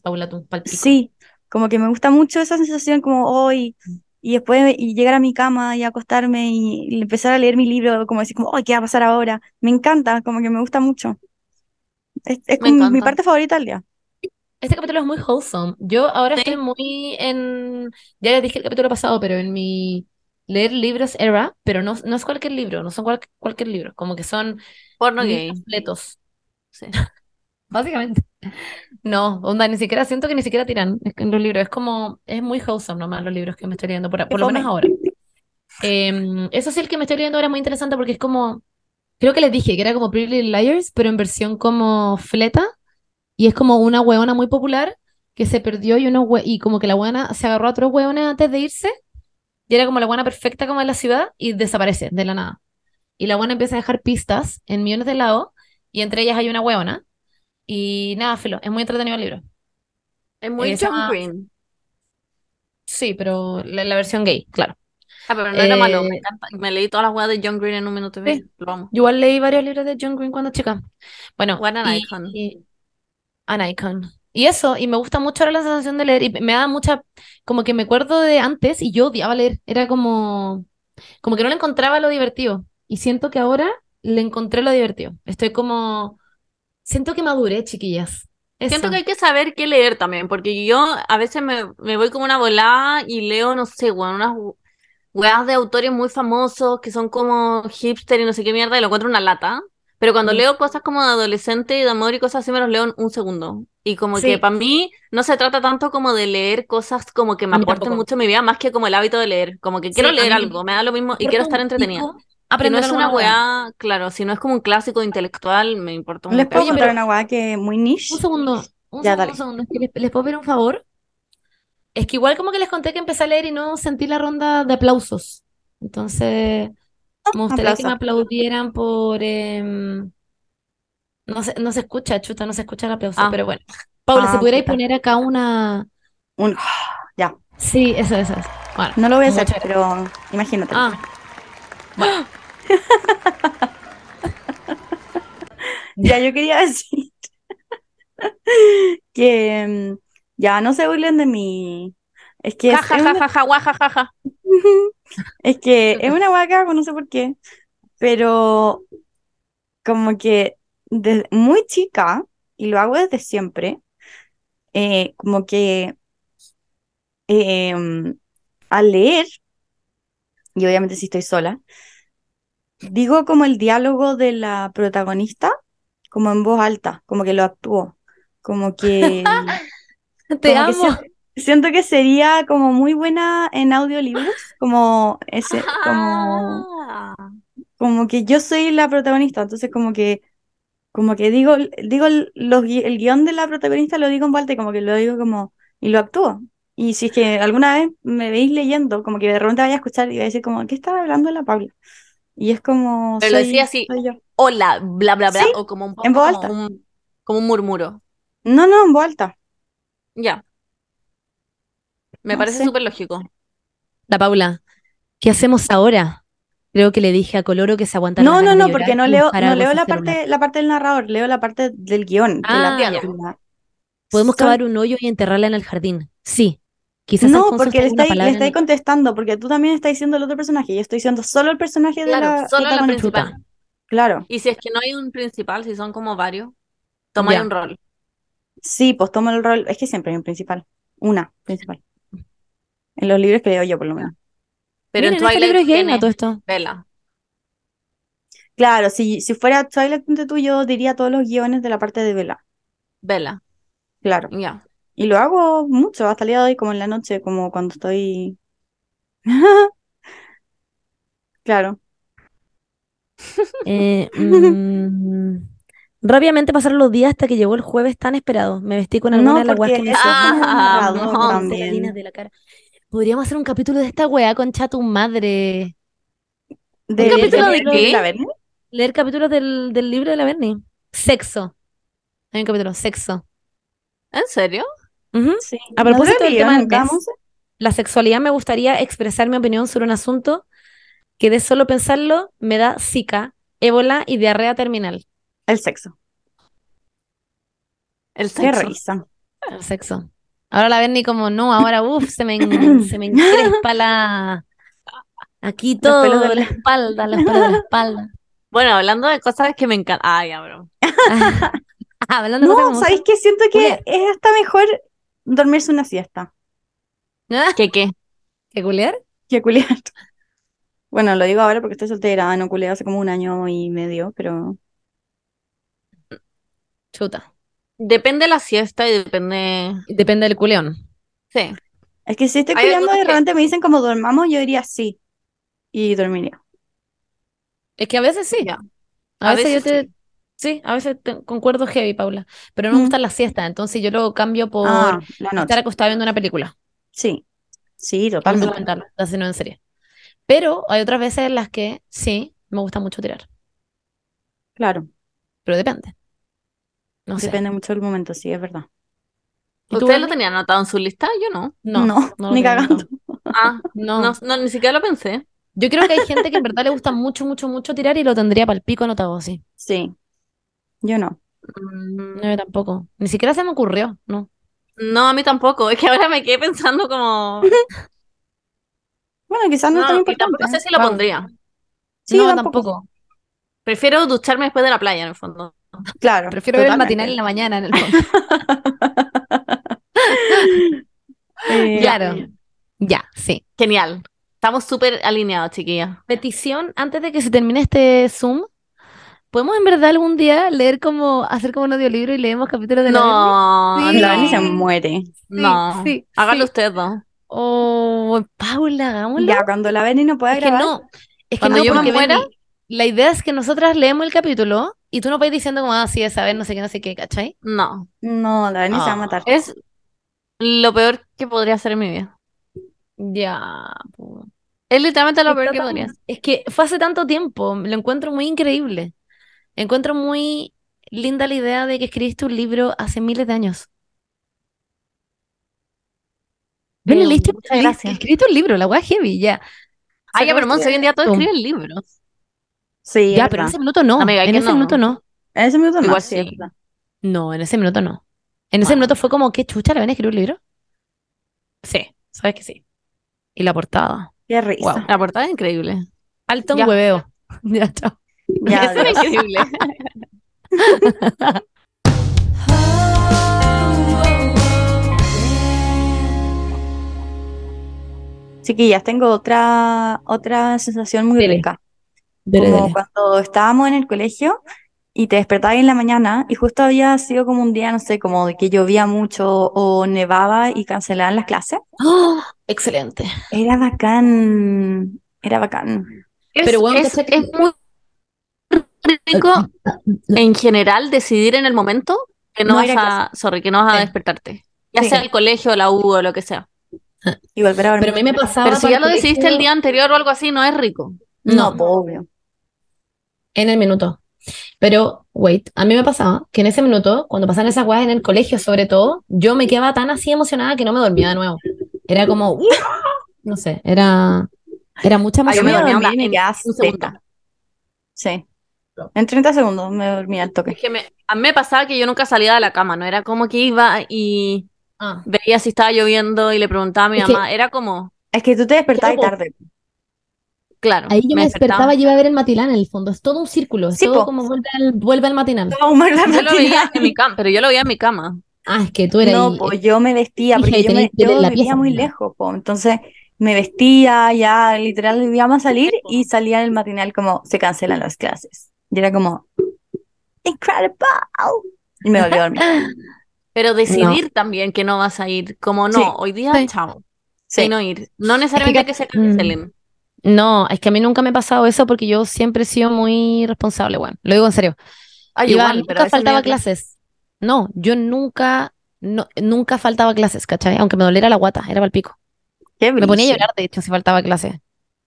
Paula, tú, pal pico.
sí, como que me gusta mucho esa sensación como hoy y después y llegar a mi cama y acostarme y, y empezar a leer mi libro, como decir como, ay, ¿qué va a pasar ahora? Me encanta, como que me gusta mucho. Es, es
Me
como mi
encanta.
parte favorita del día.
Este capítulo es muy wholesome. Yo ahora
Sí.
estoy muy en. Ya les dije el capítulo pasado, pero en mi leer libros era, pero no, no es cualquier libro, no son cual- cualquier libro, como que son
Porno
libros
gay.
completos,
Sí.
básicamente. No, onda, ni siquiera siento que ni siquiera tiran es que en los libros. Es como. Es muy wholesome nomás los libros que me estoy leyendo, por, por lo menos
fome.
ahora. Eh, eso sí, el que me estoy leyendo ahora es muy interesante porque es como, creo que les dije que era como Pretty Little Liars, pero en versión como fleta, y es como una hueona muy popular que se perdió y, unos hue- y como que la hueona se agarró a otros hueones antes de irse, y era como la hueona perfecta como en la ciudad, y desaparece de la nada. Y la hueona empieza a dejar pistas en millones de lados, y entre ellas hay una hueona, y nada, filo, es muy entretenido el libro.
Es muy
Esa-
Eh, John Green.
Sí, pero la, la versión gay, claro.
Ah, pero no era malo. Me
Eh,
encanta. Me leí todas las weas de John Green en un minuto y
Sí.
medio. Lo amo.
Yo Igual leí varios libros de John Green cuando chica. Bueno,
What an
y,
icon.
y- an icon. Y eso, y me gusta mucho ahora la sensación de leer, y me da mucha, como que me acuerdo de antes y yo odiaba leer, era como, como que no le encontraba lo divertido, y siento que ahora le encontré lo divertido, estoy como, siento que maduré, chiquillas.
Siento
Eso.
que hay que saber qué leer también, porque yo a veces me, me voy como una volada y leo, no sé, weón, unas we- weas de autores muy famosos que son como hipster y no sé qué mierda, y lo encuentro en una lata. Pero cuando
Mm.
leo cosas como de adolescente y de amor y cosas así, me los leo en un segundo. Y como
Sí.
que para mí no se trata tanto como de leer cosas como que me
A mí
aporten
tampoco.
mucho en mi vida, más que como el hábito de leer. Como que quiero
Sí, a
leer
mí
algo, me da lo mismo y quiero estar entretenida. Si no
Aprender
es una
alguna weá.
weá, claro, si no es como un clásico intelectual, me importa un
¿Les puedo
cacho.
contar una weá que es muy niche?
Un segundo, un
Ya,
segundo,
dale.
un segundo. Es que les, les puedo pedir un favor. Es que igual como que les conté que empecé a leer y no sentí la ronda de aplausos. Entonces, me gustaría que me
Ah, Aplausos.
aplaudieran por... em, no se, no se escucha, chuta, no se escucha el aplauso,
Ah.
pero bueno. Paula, si
Ah,
pudierais
puta.
poner acá una...
Un-
Sí, eso, eso, eso. Bueno,
No lo voy a hacer,
muchas gracias.
pero imagínate.
Ah,
Ya yo quería decir que mm, ya no se burlen de mí. Es que es,
Ja, ja,
es
ja,
una-
ja, ja, guaja, ja, ja.
es que es una guaca, no sé por qué, pero como que desde muy chica, y lo hago desde siempre, eh, como que em, al leer, y obviamente si estoy sola, digo como el diálogo de la protagonista, como en voz alta, como que lo actúo, como que...
te
como que
amo.
siento, siento que sería como muy buena en audiolibros, como ese, como,
Ah.
como que yo soy la protagonista, entonces como que, como que digo, digo los, gui- el guión de la protagonista lo digo en voz alta, y como que lo digo como, y lo actúo. Y si es que alguna vez me veis leyendo, como que de repente vaya a escuchar y voy a decir como, ¿qué está hablando la Paula? Y es como,
Pero lo
soy,
decía así.
soy yo.
Hola, bla, bla, bla,
Sí,
o como un poco
en voz
como
alta.
un, como un murmuro.
No, no, en voz alta.
Ya. Me
No
parece
sé.
súper lógico.
La Paula, ¿qué hacemos ahora? Creo que le dije a Coloro que se aguantara
No,
las
no,
ganas
no,
de
porque
llorar
no
y
leo,
buscar
no
algo
leo
sin
la
celular.
parte, la parte del narrador, leo la parte del guión, de la,
Ah,
ya.
de la-
Podemos
Soy-
cavar un hoyo y enterrarla en el jardín. Sí. Quizás
No,
Alfonso
porque
está
le
con una
estáis le
palabra en
estáis
el-
contestando, porque tú también estás diciendo el otro personaje. Yo estoy diciendo solo el personaje de
Claro,
la
solo la
protagonista.
principal.
Chuta.
Claro.
Y si es que no hay un principal, si son como varios, tomáis
Ya.
un rol.
Sí, pues toma el rol. Es que siempre hay un principal. Una principal. En los libros que leo yo, por lo menos.
Pero en
Miren, este
Twilight
libro es gay, ¿no?
tiene
Todo esto.
vela.
Claro, si, si fuera Twilight ponte tú, yo diría todos los guiones de la parte de Vela.
Vela.
Claro.
Ya.
Y lo hago mucho, hasta el día de hoy, como en la noche, como cuando estoy. Claro.
Eh, mm, rápidamente pasaron los días hasta que llegó el jueves tan esperado. Me vestí con alguna
No,
de las weas
porque
que me
eso es
hicieron.
como un
Ah,
narrador
no.
De las líneas
también.
de la cara. Podríamos hacer un capítulo de esta wea, concha tu madre.
¿Del
capítulo de
capítulo de
qué?
la Verne?
Leer capítulos del, del libro de la Bernie. Sexo. Hay un capítulo, sexo.
¿En serio?
Ujú.
Sí.
A
¿No se
propósito del
leyó
tema del
nunca,
mes,
Monse?
la sexualidad me gustaría expresar mi opinión sobre un asunto que de solo pensarlo me da zika, ébola y diarrea terminal.
El sexo.
El
Qué
sexo.
risa.
El sexo. Ahora la Bernie como, no, ahora uff, se me, en- se me encrespa la... Aquí
Los pelos
todo,
de
la
la-
espalda, los pelos de la espalda.
Bueno, hablando de cosas que me encantan. Ay, ya, bro.
Ah, Hablando de cosas
No,
como
¿sabéis que Siento
Julia.
que es hasta mejor dormirse una siesta
esas.
¿Qué qué?
¿Ah? ¿Qué culiar?
que culiar. Bueno, lo digo ahora porque estoy soltera, no culeo hace como un año y medio, pero
Chuta.
Depende la siesta y depende.
Depende del culeón.
Sí.
es que si estoy culiando
Hay
y
algunos
de
que-
repente me dicen como dormamos, yo diría sí y dormiría.
Es que a veces sí.
Ya.
A
A
veces yo
veces
te... Sí, a veces te- concuerdo heavy, Paula. Pero no me
Mm.
gustan las siestas, entonces yo lo cambio por
Ah, la
estar
noche.
acostada viendo una película.
Sí, sí,
No
totalmente.
documental, así no en serie. Pero hay otras veces en las que sí, me gusta mucho tirar,
Claro,
pero depende. No sé.
depende mucho del momento, sí, es verdad.
¿Y tú,
¿Ustedes lo
Bernie?
tenían anotado en su lista? Yo no.
No,
No,
no lo
ni
tengo
cagando.
anotado.
Ah,
No.
no, no, ni siquiera lo pensé.
Yo creo que hay gente que en verdad le gusta mucho, mucho, mucho tirar y lo tendría para el pico anotado así.
Sí, yo no.
No, yo tampoco. Ni siquiera se me ocurrió, no.
No, a mí tampoco. Es que ahora me quedé pensando como...
Bueno, quizás Ah, no es tan
No, y
importante. ¿eh?
tampoco sé si lo
Vamos.
pondría.
Sí,
no,
yo
tampoco.
Prefiero ducharme después de la playa, en el fondo.
Claro,
Prefiero ver el
totalmente.
matinal en la mañana, en el fondo.
Eh,
Claro. Ya, sí.
Genial. Estamos súper alineados, chiquillas.
Petición, antes de que se termine este Zoom, ¿podemos en verdad algún día leer como, hacer como un audiolibro y leemos capítulos de la Biblia?
No,
Sí.
La Dani se
Sí.
muere.
no.
sí,
Hágalo
sí.
usted dos.
Oh, Paula, hagámoslo.
Ya, cuando la Dani no pueda
Es que
grabar,
no, es que
Cuando
no,
yo me
porque
muera-
Benny, la idea es que nosotras leemos el capítulo y tú no vais diciendo como, ah, sí, es saber, no sé qué, no sé qué, ¿cachai?
No.
no, la Dani se va a
Ah.
matar.
Es lo peor que podría hacer en mi vida.
Ya,
pues.
po.
Es literalmente lo
Está
peor que
tan-
podría hacer.
Es que fue hace tanto tiempo, lo encuentro muy increíble. Encuentro muy linda la idea de que escribiste un libro hace miles de años. Ven,
Eh,
leíste,
muchas
leí-
gracias.
escribiste un libro, la weá heavy, ya.
Ay, ya,
Sacamos
pero Monse, hoy en día todos
Tú.
escriben libros.
Sí, es
Ya, pero en
verdad.
ese minuto no,
Amiga,
en
que
ese
no.
minuto no.
En ese minuto no,
Igual
sí, es
sí.
verdad.
No, en ese minuto no. En ese minuto fue como, ¿qué chucha? ¿Le van a escribir un libro? Sí, sabes que sí. Y la portada.
Qué risa.
Guau.
La portada es increíble.
Alto un
Ya.
hueveo. Ya, chao.
Ya,
Eso era
adiós.
increíble.
Chiquillas, tengo otra, otra sensación muy
Dele.
rica.
Dele,
como
dele.
cuando estábamos en el colegio y te despertabas en la mañana y justo había sido como un día, no sé, como de que llovía mucho o nevaba y cancelaban las clases.
¡Oh! Excelente.
Era bacán, era bacán.
Es,
Pero bueno,
es,
cacha que-
es muy rico en general decidir en el momento que no
No
vas
ir a
a, sorry, que no vas a
Sí.
despertarte. Ya
Sí.
sea el colegio, la U o lo que sea.
Y volver a dormir.
Pero a mí me pasaba
Pero si
para
ya
el
lo decidiste el
colegio-
día anterior o algo así, no es rico.
No,
No,
pues, obvio.
en el minuto. Pero, wait, a mí me pasaba que en ese minuto, cuando pasaban esas weas en el colegio, sobre todo, yo me quedaba tan así emocionada que no me dormía de nuevo. Era como, ¡uh! no sé, era, era mucha
Ay, yo me
emoción.
dormía
onda,
y me
en
quedaba
un segundo.
seca. Sí. En 30 segundos me dormí al toque.
Es que me- a mí me pasaba que yo nunca salía de la cama, no era como que iba y
Ah,
veía si estaba lloviendo y le preguntaba a mi
Es que-
mamá. Era como,
Es que tú te despertabas
Claro,
tarde.
claro,
Ahí yo me despertaba y iba a ver el matinal en el fondo. Es todo un círculo, es
Sí,
todo
po.
como vuelve al, vuelve al matinal.
Estaba humor la
Yo lo
mañana.
veía en mi cama, pero yo lo veía en mi cama.
Ah, es que tú eras
No,
ahí,
pues yo me vestía,
Hija,
porque
y
yo, me,
tenés que ir
yo
en la
vivía
pieza,
muy
¿no?
lejos, po. Entonces me vestía, ya literal íbamos a salir y salía en el matinal como se cancelan las clases. Y era como, incredible. Y me volví a dormir.
Pero decidir también que no vas a ir, como no,
Sí.
hoy día,
Sí.
chao,
Sí.
y no ir. No necesariamente
ca- mm.
que se cancelen.
eh, No, es que a mí nunca me ha pasado eso porque yo siempre he sido muy responsable, bueno, lo digo en serio.
Ay,
Iba,
Ah, igual, pero
nunca
a veces me da
faltaba clases. No, yo nunca, no, nunca faltaba clases, ¿cachai? Aunque me doliera la guata, era pal pico.
Qué
Me ponía a
brillo.
llorar, de hecho, si faltaba clase.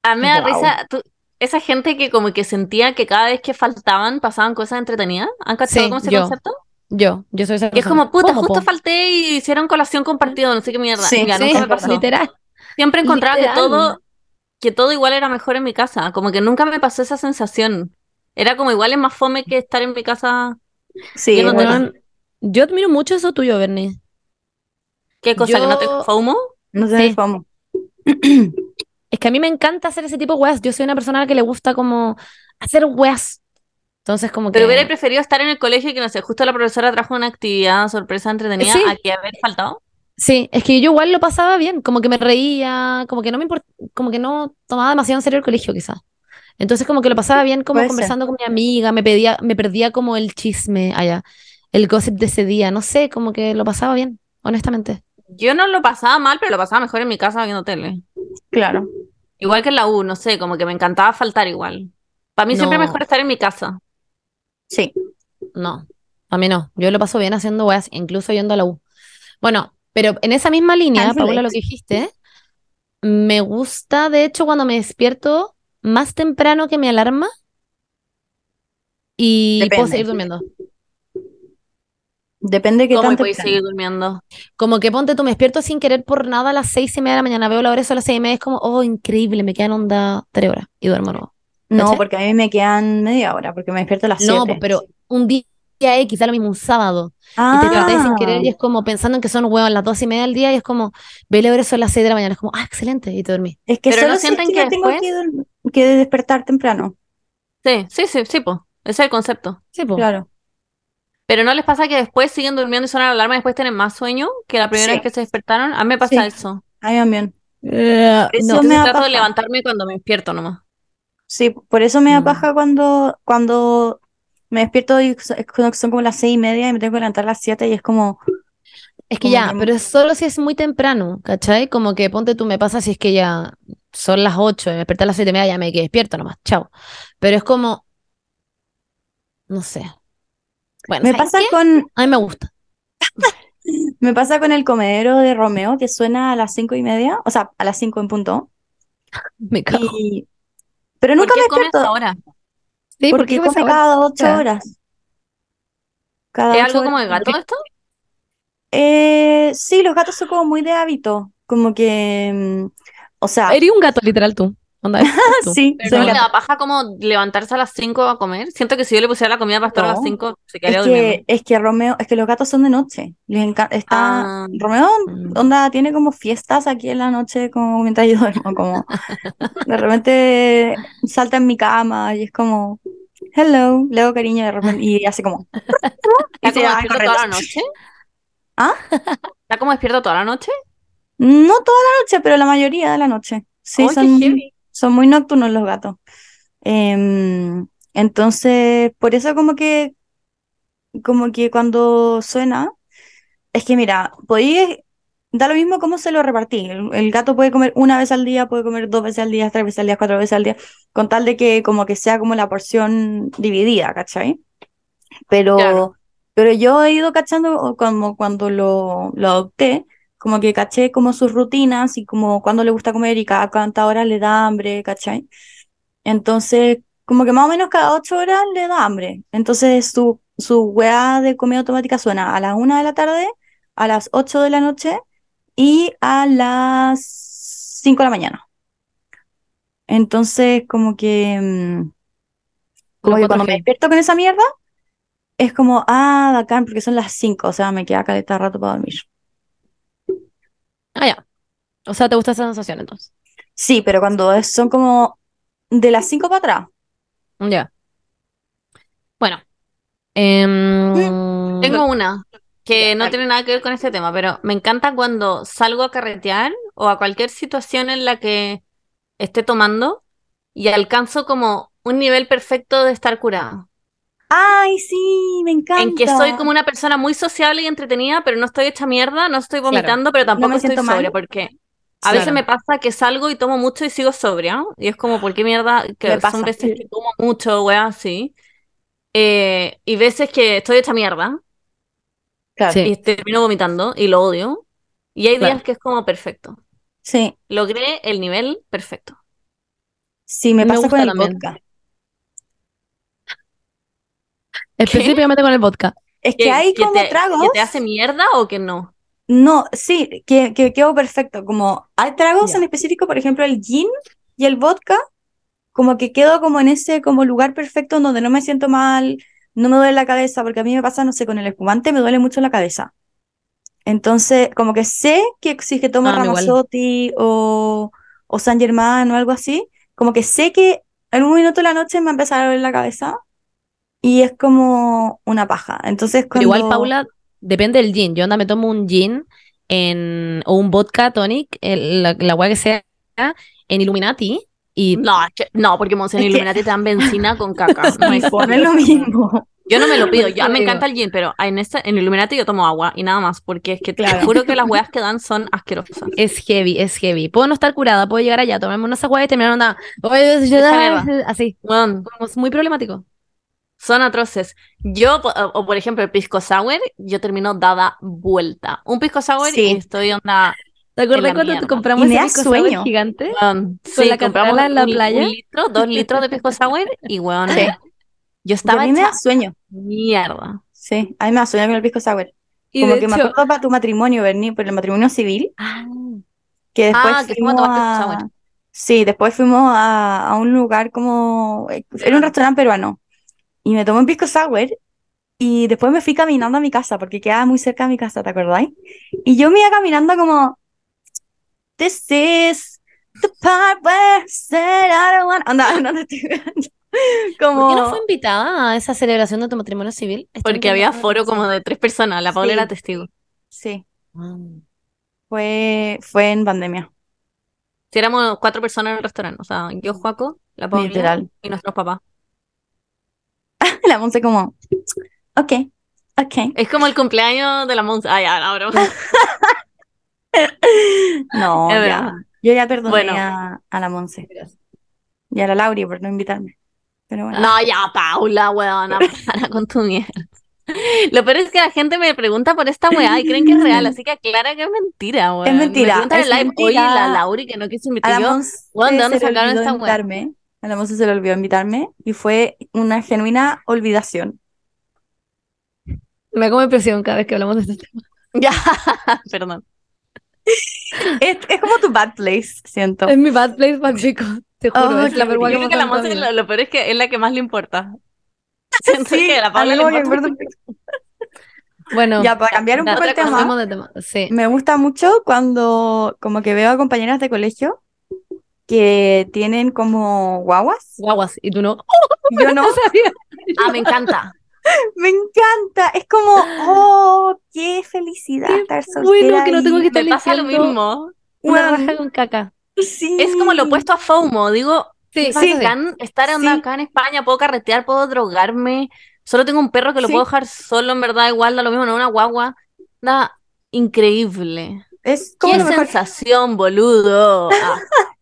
A mí Ah, me da
Guau.
risa, tú- esa gente que como que sentía que cada vez que faltaban pasaban cosas entretenidas. ¿Han cachado
Sí,
cómo ese
yo.
concepto?
Yo, yo soy esa
Que es
persona.
como, puta,
¿Cómo,
justo
po?
falté y hicieron colación compartida, no sé qué mierda.
Sí,
Ya,
Sí,
nunca me pasó.
literal.
Siempre encontraba que
Literal.
todo, que todo igual era mejor en mi casa. Como que nunca me pasó esa sensación. Era como igual es más fome que estar en mi casa.
Sí,
Yo no
es verdad.
Weón, yo admiro mucho eso tuyo, Bernie.
¿Qué cosa? ¿Que no te
Yo-
fomo?
no sé
Sí.
cómo.
Es que a mí me encanta hacer ese tipo de weas. Yo soy una persona que le gusta como hacer weas. Entonces, como
Pero
que...
hubiera preferido estar en el colegio y que, no sé, justo la profesora trajo una actividad sorpresa entretenida
Sí.
a que haber faltado.
Sí, es que yo igual lo pasaba bien, como que me reía, como que no me import- como que no tomaba demasiado en serio el colegio quizás. Entonces como que lo pasaba bien como
Puede ser.
conversando con mi amiga, me pedía, me perdía como el chisme allá, el gossip de ese día, no sé, como que lo pasaba bien, honestamente.
Yo no lo pasaba mal, pero lo pasaba mejor en mi casa viendo tele.
Claro.
Igual que en la U, no sé, como que me encantaba faltar igual. Para mí siempre
No.
es mejor estar en mi casa.
Sí.
No, a mí no, yo lo paso bien haciendo weas, incluso yendo a la U. Bueno, pero en esa misma línea,
Cancel
Paula, lo que dijiste, me gusta, de hecho, cuando me despierto más temprano que mi alarma y puedo
Depende.
seguir durmiendo.
Depende de qué
¿Cómo
tanto
podéis seguir durmiendo?
Como que ponte tú, me despierto sin querer por nada a las seis y media de la mañana, veo la hora eso a las seis y media, es como, oh, increíble, me quedan onda tres horas y duermo luego.
No,
¿Cachai?
porque a mí me quedan media hora, porque me despierto a las
No,
7.
pero un día día X, da lo mismo, un sábado. Y
Ah.
te tratáis sin querer y es como pensando en que son huevos las dos y media del día y es como, ve el eso a las seis de la mañana. Es como, ah, excelente. Y te dormí.
Es que
Pero
solo
no
si es
sienten
que
que
me tengo
después-
que, dorm- que despertar temprano.
Sí, sí, sí, sí, po. Ese es el concepto.
Sí, po.
Claro.
Pero no les pasa que después siguen durmiendo y suena la alarma y después tienen más sueño que la primera
Sí.
vez que se despertaron. A mí me pasa
Sí.
eso.
A mí también.
Eh,
Eso
no.
me va a
trato de
pasar.
levantarme cuando me despierto nomás.
Sí, por eso me da
Mm.
paja cuando, cuando me despierto y so- es cuando son como las seis y media y me tengo que levantar a las siete y es como,
Es que
Como
ya,
que-
pero es solo si es muy temprano, ¿cachai? Como que ponte tú, me pasa si es que ya son las 8, me desperté a las 7 y media, ya me quedé despierto nomás, chao. Pero es como, no sé. Bueno,
me
¿sabes
pasa
qué?
con,
A mí me gusta.
me pasa con el comedero de Romeo que suena a las cinco y media, o sea, a las cinco en punto.
Me cago.
Y, pero
¿Por
nunca
qué
me
comes
despierto
ahora?
Sí, ¿por
porque
qué me
come
sabe?
cada ocho
Ya.
horas. Cada
¿Es
ocho
algo como
horas
de gato esto?
Eh, sí, los gatos son como muy de hábito, como que, mm, o sea,
Eres un gato, literal, tú. Onda, eres tú.
sí,
Pero
soy
no le
gato.
da paja como levantarse a las 5 a comer. Siento que si yo le pusiera la comida para pastora a las
No.
5, se
Es
quedaría
que,
durmiendo.
es que Romeo, es que los gatos son de noche. Les encanta, está,
Ah.
Romeo,
Mm.
onda, tiene como fiestas aquí en la noche, como mientras yo duermo, como de repente salta en mi cama y es como, hello, le hago cariño de repente, y hace como, y
¿Está
se
como
va a
despierto
correr.
toda la noche?
¿Ah?
¿Está como despierto toda la noche?
No toda la noche, pero la mayoría de la noche. Sí,
¡Ay, qué
son,
heavy!
son muy nocturnos los gatos. Em, entonces, por eso como que, como que cuando suena, es que mira, podéis, da lo mismo cómo se lo repartí. El, el gato puede comer una vez al día, puede comer dos veces al día, tres veces al día, cuatro veces al día, con tal de que como que sea como la porción dividida, ¿cachai? Pero,
Claro.
pero yo he ido cachando o como cuando lo, lo adopté, como que caché como sus rutinas y como cuándo le gusta comer y cada cuántas horas le da hambre, ¿cachai? Entonces, como que más o menos cada ocho horas le da hambre. Entonces, su, su weá de comida automática suena a las una de la tarde, a las ocho de la noche y a las cinco de la mañana. Entonces, como que, mm, como
Lo
que
encuentro
cuando me
heavy.
despierto con esa mierda, es como, ah, bacán, porque son las cinco, o sea, me queda caleta rato para dormir.
Ah, ya. O sea, ¿te gusta esa sensación entonces?
Sí, pero cuando es- son como de las cinco para atrás.
Ya. Bueno. Em,
Tengo una que
Ya,
no
dale.
tiene nada que ver con este tema, pero me encanta cuando salgo a carretear o a cualquier situación en la que esté tomando y alcanzo como un nivel perfecto de estar curada.
Ay, sí, me
En que soy
encanta.
como una persona muy sociable y entretenida, pero no estoy hecha mierda, no estoy vomitando, pero tampoco
me
estoy
siento mal.
sobria, porque a veces
Claro.
me pasa que salgo y tomo mucho y sigo sobria, y es como, ¿por qué mierda? Que
Me
son
pasa.
veces que tomo mucho, weá, así, Eh, y veces que estoy hecha mierda
Claro.
Sí.
y termino vomitando y lo odio, y hay días
Claro.
que es como perfecto.
Sí.
Logré el nivel perfecto.
Sí, me
Me
pasa con
gusta
el
también.
vodka.
específicamente con el vodka.
Es que
¿Que,
hay
que
como
te, que
tragos.
te hace mierda o que no?
No, sí, que, que quedó perfecto. Como hay tragos
Ya.
en específico, por ejemplo, el gin y el vodka, como que quedo como en ese como lugar perfecto en donde no me siento mal, no me duele la cabeza, porque a mí me pasa, no sé, con el espumante me duele mucho la cabeza. Entonces, como que sé que si es que tomo
Ah, no, igual.
Ramazzotti o, o San Germán o algo así, como que sé que en un minuto de la noche me va a empezar a doler la cabeza y es como una paja. Entonces,
Pero igual,
cuando...
Paula, depende del gin. Yo onda me tomo un gin en, o un vodka tonic, el- la, la hueá que sea, en Illuminati. Y
No, es que- no, porque Monción
Es que-
Illuminati te dan benzina con caca. No hay
Sí, po, no es lo
forma.
mismo.
Yo no me lo pido,
Por
ya
eso
me
digo.
encanta el gin, pero en esta, en Illuminati yo tomo agua y nada más, porque es que te
Claro.
juro que las weas que dan son asquerosas.
es heavy, es heavy. Puedo no estar curada, puedo llegar allá, tomarme una agua y terminar onda. Así,
Weón,
como es muy problemático.
son atroces. Yo, po- o, o por ejemplo, el pisco sour, yo termino dada vuelta. Un pisco sour
Sí.
y estoy onda.
¿Te acordás
la
cuando te
mierda.
compramos
Y me
ese
da
pisco sour
sueño.
gigante?
weón,
Con
sí,
la
compramos
Catrala en la
un,
playa.
un litro, dos litros de pisco sour y weón,
Sí. Y
yo
a
estaba
mí me
hecha
da sueño.
mierda.
Sí, a mí me da sueño con el pisco sour.
Y
Como
de
que me
hecho,
acuerdo para tu matrimonio, Berni, por el matrimonio civil,
ah,
que después
Ah, que fuimos
fuimos
a tomar pisco sour.
a... Sí, después fuimos a, a un lugar como... Era un
Peruano.
restaurante peruano. Y me tomé un pisco sour Y después me fui caminando a mi casa, porque quedaba muy cerca de mi casa, ¿te acordáis? Y yo me iba caminando como, This is the part where I said I don't want... Anda, no te estoy mirando.
¿Por qué no
Como,
fue invitada a esa celebración de tu matrimonio civil? Estoy
Porque había
intentando
foro como de tres personas, la Paula
Sí.
era testigo.
sí,
recordar.
fue, fue en pandemia,
Si éramos cuatro personas en el restaurante, o sea, yo, Juaco, la Paula
literal.
y nuestros papás.
La Monse como, ok, ok.
Es como el cumpleaños de la Monza. Ah, ya, no, broma.
No,
Es
ya.
verdad.
Yo ya perdoné
Bueno.
a, a la Monse y a la Lauri por no invitarme. Pero bueno.
No, ya, Paula, weona, para con tu mierda. Lo peor es que la gente me pregunta por esta weá y creen que es real, así que aclara que es mentira, weón. Me
mentira,
preguntan
es
en live, oye,
mentira.
la Lauri que no quiso
A la
invitar y yo.
Monse
weón, ¿de dónde
se le
sacaron
olvidó
esta weá?
invitarme. A la Monse se le olvidó invitarme y fue una genuina olvidación.
Me da como impresión cada vez que hablamos de este tema.
Ya, perdón.
Es, es como tu bad place, siento.
Es mi bad place para chicos. Te juro,
Oh,
es la
qué
peor
Yo
hueá que
creo
me
que la
ha pasado
Monse
en mi
lo, lo peor es que es la que más le importa. Siento
Sí,
que a la
a mí
Paula le
como que
importa.
me importa-
vida. Bueno,
Ya, para cambiar un
ya,
poco el
otra cosa,
tema,
cambiemos de tema. Sí.
me gusta mucho cuando como que veo a compañeras de colegio que tienen como guaguas.
Guaguas, y tú no.
Y Yo no,
sabía.
Ah, me encanta.
me encanta. Es como, oh, qué felicidad
Qué
estar
Bueno,
soltera
que no tengo
y-
que estar
Me pasa lo
limpiando
mismo.
Una
Weón,
raja con caca.
sí.
Es como lo opuesto a FOMO. Digo,
Sí,
qué
sí.
bacán estar onda
Sí.
acá en España, puedo carretear, puedo drogarme. Solo tengo un perro que lo
Sí.
puedo dejar solo, en verdad, igual da lo mismo, no una guagua. Da increíble.
Es como
Qué
lo mejor.
sensación, boludo. Ah,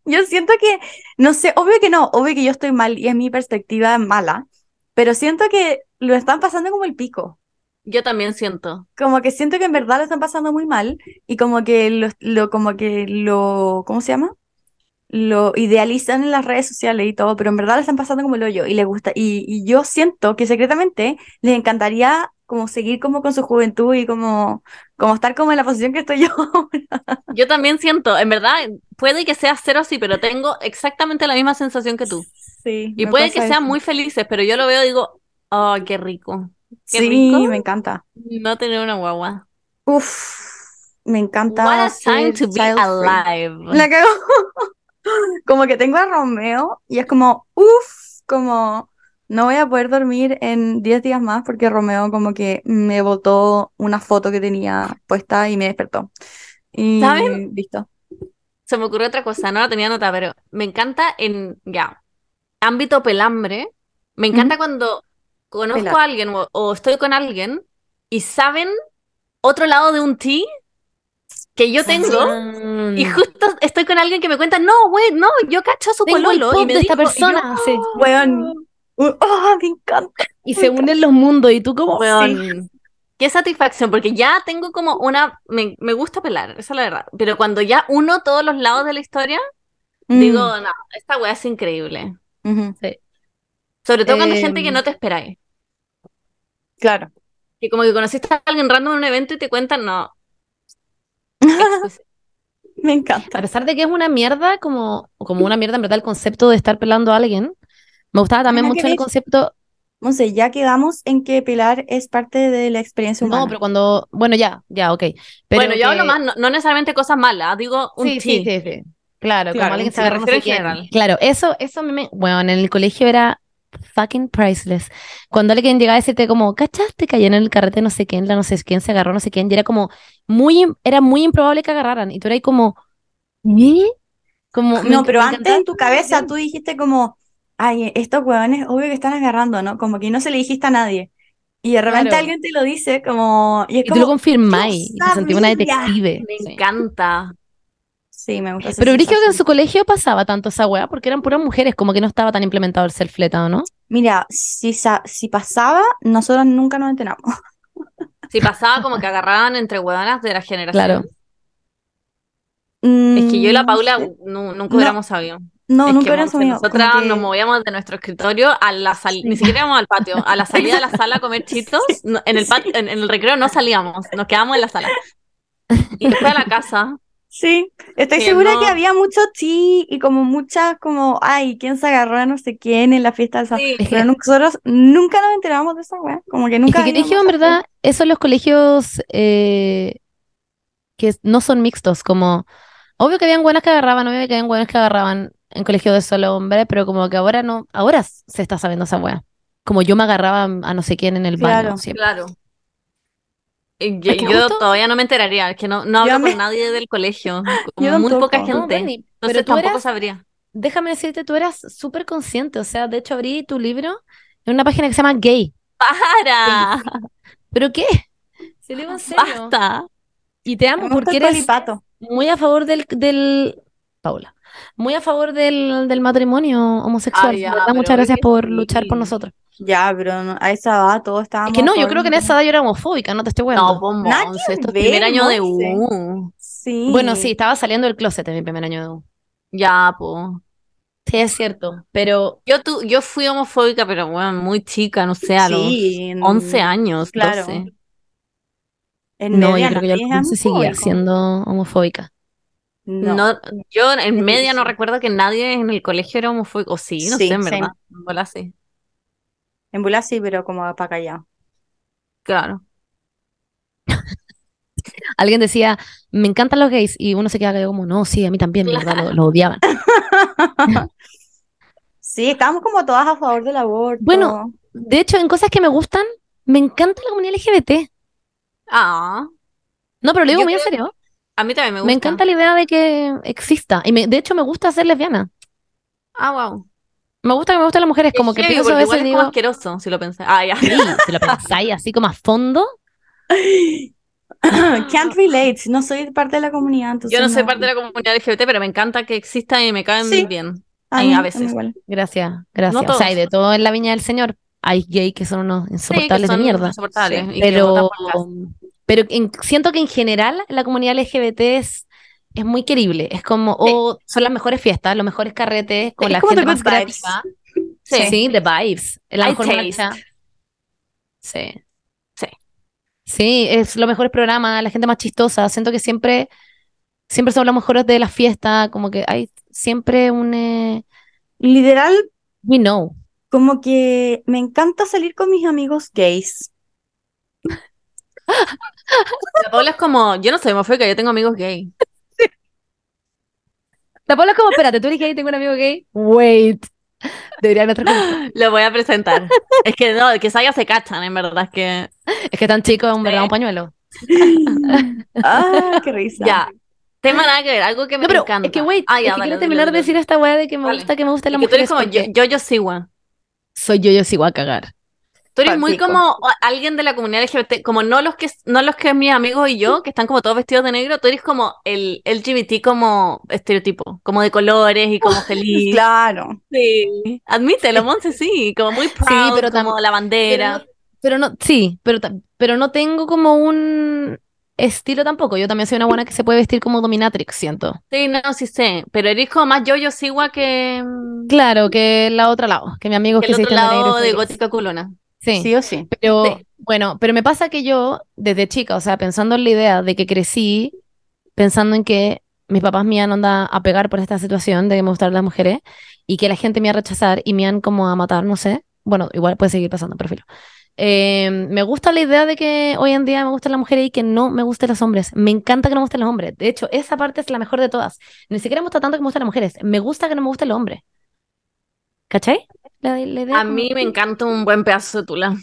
Yo siento que, no sé, obvio que no, obvio que yo estoy mal y es mi perspectiva mala, pero siento que lo están pasando como el pico.
yo también siento.
Como que siento que en verdad lo están pasando muy mal y como que lo, lo como que lo, ¿cómo se llama? Lo idealizan en las redes sociales y todo, pero en verdad lo están pasando como el hoyo y les gusta. Y, y yo siento que secretamente les encantaría como seguir como con su juventud y como, como estar como en la posición que estoy yo.
Yo también siento, en verdad, puede que sea cero sí, pero tengo exactamente la misma sensación que tú.
Sí,
Y
me
puede
pasa
que sean
eso.
muy felices, pero yo lo veo y digo, oh, qué rico. qué
Sí,
rico.
me encanta.
No tener una guagua.
Uf, me encanta
What a time
ser
to be
child free.
alive.
La cago. Como que tengo a Romeo y es como, uff, como no voy a poder dormir en 10 días más porque Romeo como que me botó una foto que tenía puesta y me despertó. Y
¿Saben?
listo.
Se me ocurrió otra cosa, no la tenía nota, pero me encanta en, ya, ámbito pelambre, me encanta cuando conozco
Pelar.
a alguien o, o estoy con alguien y saben otro lado de un ti que yo tengo
Mm.
y justo estoy con alguien que me cuenta, no, güey, no, yo cacho a su
Tengo el
pololo y
pop
me
de esta
dijo", y yo,
persona. sí.
Oh. Weón. Uh, oh, me encanta.
Y se unen los mundos y tú como...
"Oh, Weón, Qué satisfacción, porque ya tengo como una. Me, me gusta pelar, esa es la verdad. Pero cuando ya uno todos los lados de la historia, digo,
Mm.
no, esta weá es increíble.
Mm, ujú,
Sobre todo cuando hay
Em.
gente que no te esperáis.
claro.
Que como que conociste a alguien random en un evento y te cuentan, no.
Me encanta.
A pesar de que es una mierda, como, como una mierda en verdad el concepto de estar pelando a alguien, me gustaba también
Nada que
mucho el
ver.
concepto...
Monse, ya quedamos en que Pilar es parte de la experiencia humana.
No, pero cuando... Bueno, ya, ya, ok. Pero
bueno, yo hablo
que-
más, no, no necesariamente cosas malas, ¿ah? digo un
Sí, sí,
ti.
sí, sí. Claro, como
Claro,
alguien
sí,
se agarra
me
no sé
refiero en
quién.
general.
Claro, eso, eso a mí me... Bueno, en el colegio era fucking priceless. Cuando alguien llegaba a decirte como, ¿cachaste que ayer en el carrete no sé quién, la no sé quién se agarró, no sé quién? Y era como muy, im- era muy improbable que agarraran. Y tú eras ahí como, ¿qué? Como, me
Ah, No,
enc-
pero
me
antes
encantaba
en tu
esa
cabeza
sensación.
tú dijiste como, ay, estos hueones obvio que están agarrando, ¿no? Como que no se le dijiste a nadie. Y de repente
Claro.
alguien te lo dice como, y es
Y tú lo
como,
confirmáis,
"Yo
y te sentí una
sabía".
detective.
Me
Sí.
encanta.
sí, me gusta esa
Pero Brigio que en
sensación.
su colegio pasaba tanto esa weá, porque eran puras mujeres, como que no estaba tan implementado el self-fleta, ¿o no?
Mira, si, sa- si pasaba, nosotros nunca nos enteramos.
Si pasaba como que agarraban entre hueonas de la generación.
Claro.
Es que yo y la
Mm,
Paula
no sé.
nu- nunca
No.
hubiéramos sabido.
No,
Es
nunca
que,
eran
Monse,
amigos. como
nosotras
que-
nos movíamos de nuestro escritorio a la salida, ni siquiera íbamos al patio, a la salida de la sala a comer chitos, no- en el patio, en, en el recreo no salíamos, nos quedábamos en la sala. Y después a la casa,
Sí, estoy
Que
segura
no-
que había mucho sí y como muchas como, ay, ¿quién se agarró a no sé quién en la fiesta del San?
Sí,
Es que-
Pero nosotros nunca nos enterábamos de esa weá, como que nunca
Es que
habíamos
colegio, en
sabido.
verdad, esos los colegios eh, que no son mixtos, como obvio que habían buenas que agarraban, obvio que habían buenas que agarraban en colegio de solo hombre, pero como que ahora no, ahora se está sabiendo esa wea. Como yo me agarraba a no sé quién en el baño
Claro.
siempre.
Claro. Y Yo,
Es que
yo
justo-
todavía no me enteraría, es que no, no
Yo
hablo
me-
con nadie del colegio,
Yo
con muy poca
tampoco.
gente,
No, Penny, pero
entonces
tú
tampoco
eras-
sabría.
déjame decirte, tú eras súper consciente, o sea, de hecho abrí tu libro en una página que se llama Gay.
¡Para!
¿Pero qué? Se lo digo en serio.
¡Basta!
Y te
Me
amo
gusta
porque
el
eres
colipato.
muy a favor del, del Paula, muy a favor del, del matrimonio homosexual.
Ah, ya,
de verdad, muchas
pero
gracias
oye,
por luchar por
sí.
nosotros.
Ya, pero no- a esa edad todos estábamos
Es que
a
no, yo
favor
creo que en
de-
esa edad yo era homofóbica, no te estoy
No,
weando.
pues
Nada
Monse, esto es
ver,
primer año de
Monse.
U.
Sí.
Bueno, sí, estaba saliendo del closet en mi primer año de U.
Ya, po.
Sí, es cierto, pero
Yo, tu, yo fui homofóbica, pero bueno, muy chica, no sé, a los
Sí, en-
11 años,
claro.
12.
en
no,
media
yo creo que yo al
es
15 seguía
homofóbico.
siendo homofóbica.
No.
No, yo en media no
difícil.
recuerdo que nadie en el colegio era homofóbico. O sí, no
Sí,
sé, en
same.
verdad. En bola sí,
En bola sí, pero como para acá ya.
claro.
Alguien decía, me encantan los gays, y uno se queda callado como, no, sí, a mí también, en verdad, lo, lo odiaban.
Sí, estábamos como todas a favor del aborto.
Bueno. De hecho, en cosas que me gustan, me encanta la comunidad LGBT.
Ah,
No, pero lo digo
Yo
muy en
creo-
serio.
a mí también me gusta.
Me encanta la idea de que exista. Y me- de hecho, me gusta ser lesbiana.
Ah, wow.
Me gusta que me gustan las mujeres. Como que pienso a veces
igual
y
es
digo,
como asqueroso, si lo pensé. Ah, ya.
sí, si lo pensáis así como a fondo.
Can't relate, no soy parte de la comunidad, entonces
Yo no soy parte de la comunidad LGBT, pero me encanta que exista y me caen
Sí.
bien.
A, mí,
a
a
veces.
mí igual.
Gracias, gracias.
No
o sea, hay
todos.
de todo en la viña del Señor. Hay gays que son unos
Sí,
insoportables
que son
de mierda.
insoportables
Sí,
y que
Pero,
votan por las-
pero en- siento que en general la comunidad LGBT es, es muy querible. Es como, oh, son las mejores fiestas, los mejores carretes, con
Es
la
como
gente
the
más
good vibes.
creativa.
Sí.
Sí, the vibes. La
I
mejor
taste.
marcha. Sí.
Sí.
Sí, es los mejores programas, la gente más chistosa. Siento que siempre, siempre son los mejores de la fiesta. Como que hay siempre un eh,
Literal,
we know.
como que me encanta salir con mis amigos gays.
La Paula es como, yo no soy homofóbica, yo tengo amigos gay.
La Paula es como, espérate, tú eres gay, tengo un amigo gay. Wait. Deberían estar como-
Lo voy a presentar. es que no, que salga se cachan, en verdad, es que.
Es que tan chico es un verdad un pañuelo.
Ah, qué risa.
Ya. Tema nada que ver, algo que me
No, pero
encanta.
es que, wait,
Ah,
es
ya,
que
dale,
quiero
dale,
terminar
dale,
de decir
dale.
esta weá de que me
Dale.
gusta, que me gusta la
Es que tú
mujer.
eres como yo, yo, yo sigo igual.
Soy yo, yo sigo a cagar.
Tú eres muy
Palpico.
como alguien de la comunidad LGBT, como no los que no los que mis amigos y yo, que están como todos vestidos de negro, tú eres como el LGBT como estereotipo, como de colores y como feliz.
Claro.
Sí. Admítelo, Monse, sí, como muy proud,
pero tam-
como la bandera.
Pero no, sí, pero, ta- pero no tengo como un estilo tampoco. Yo también soy una buena que se puede vestir como dominatrix, siento.
Sí, no, sí sé, pero eres como más yo-yo sigua que, mm,
Claro, que la otra lado, que mi amigo
que
que
el
se
otro
visten de negro
lado
y
de
soy gay.
Gótica Culona.
Sí,
Sí o sí.
pero
sí.
bueno, pero me pasa que yo, desde chica, o sea, pensando en la idea de que crecí, pensando en que mis papás me iban onda a pegar por esta situación de que me gustaban las mujeres y que la gente me iba a rechazar y me iban como a matar, no sé. Bueno, igual puede seguir pasando, pero filo. Eh, me gusta la idea de que hoy en día me gustan las mujeres y que no me gusten los hombres. Me encanta que no me gusten los hombres. De hecho, esa parte es la mejor de todas. Ni siquiera me gusta tanto que me gusten las mujeres. Me gusta que no me gusten los hombres. ¿Cachai? La- la idea
A
como-
mí me encanta un buen pedazo de
Ah,
tula.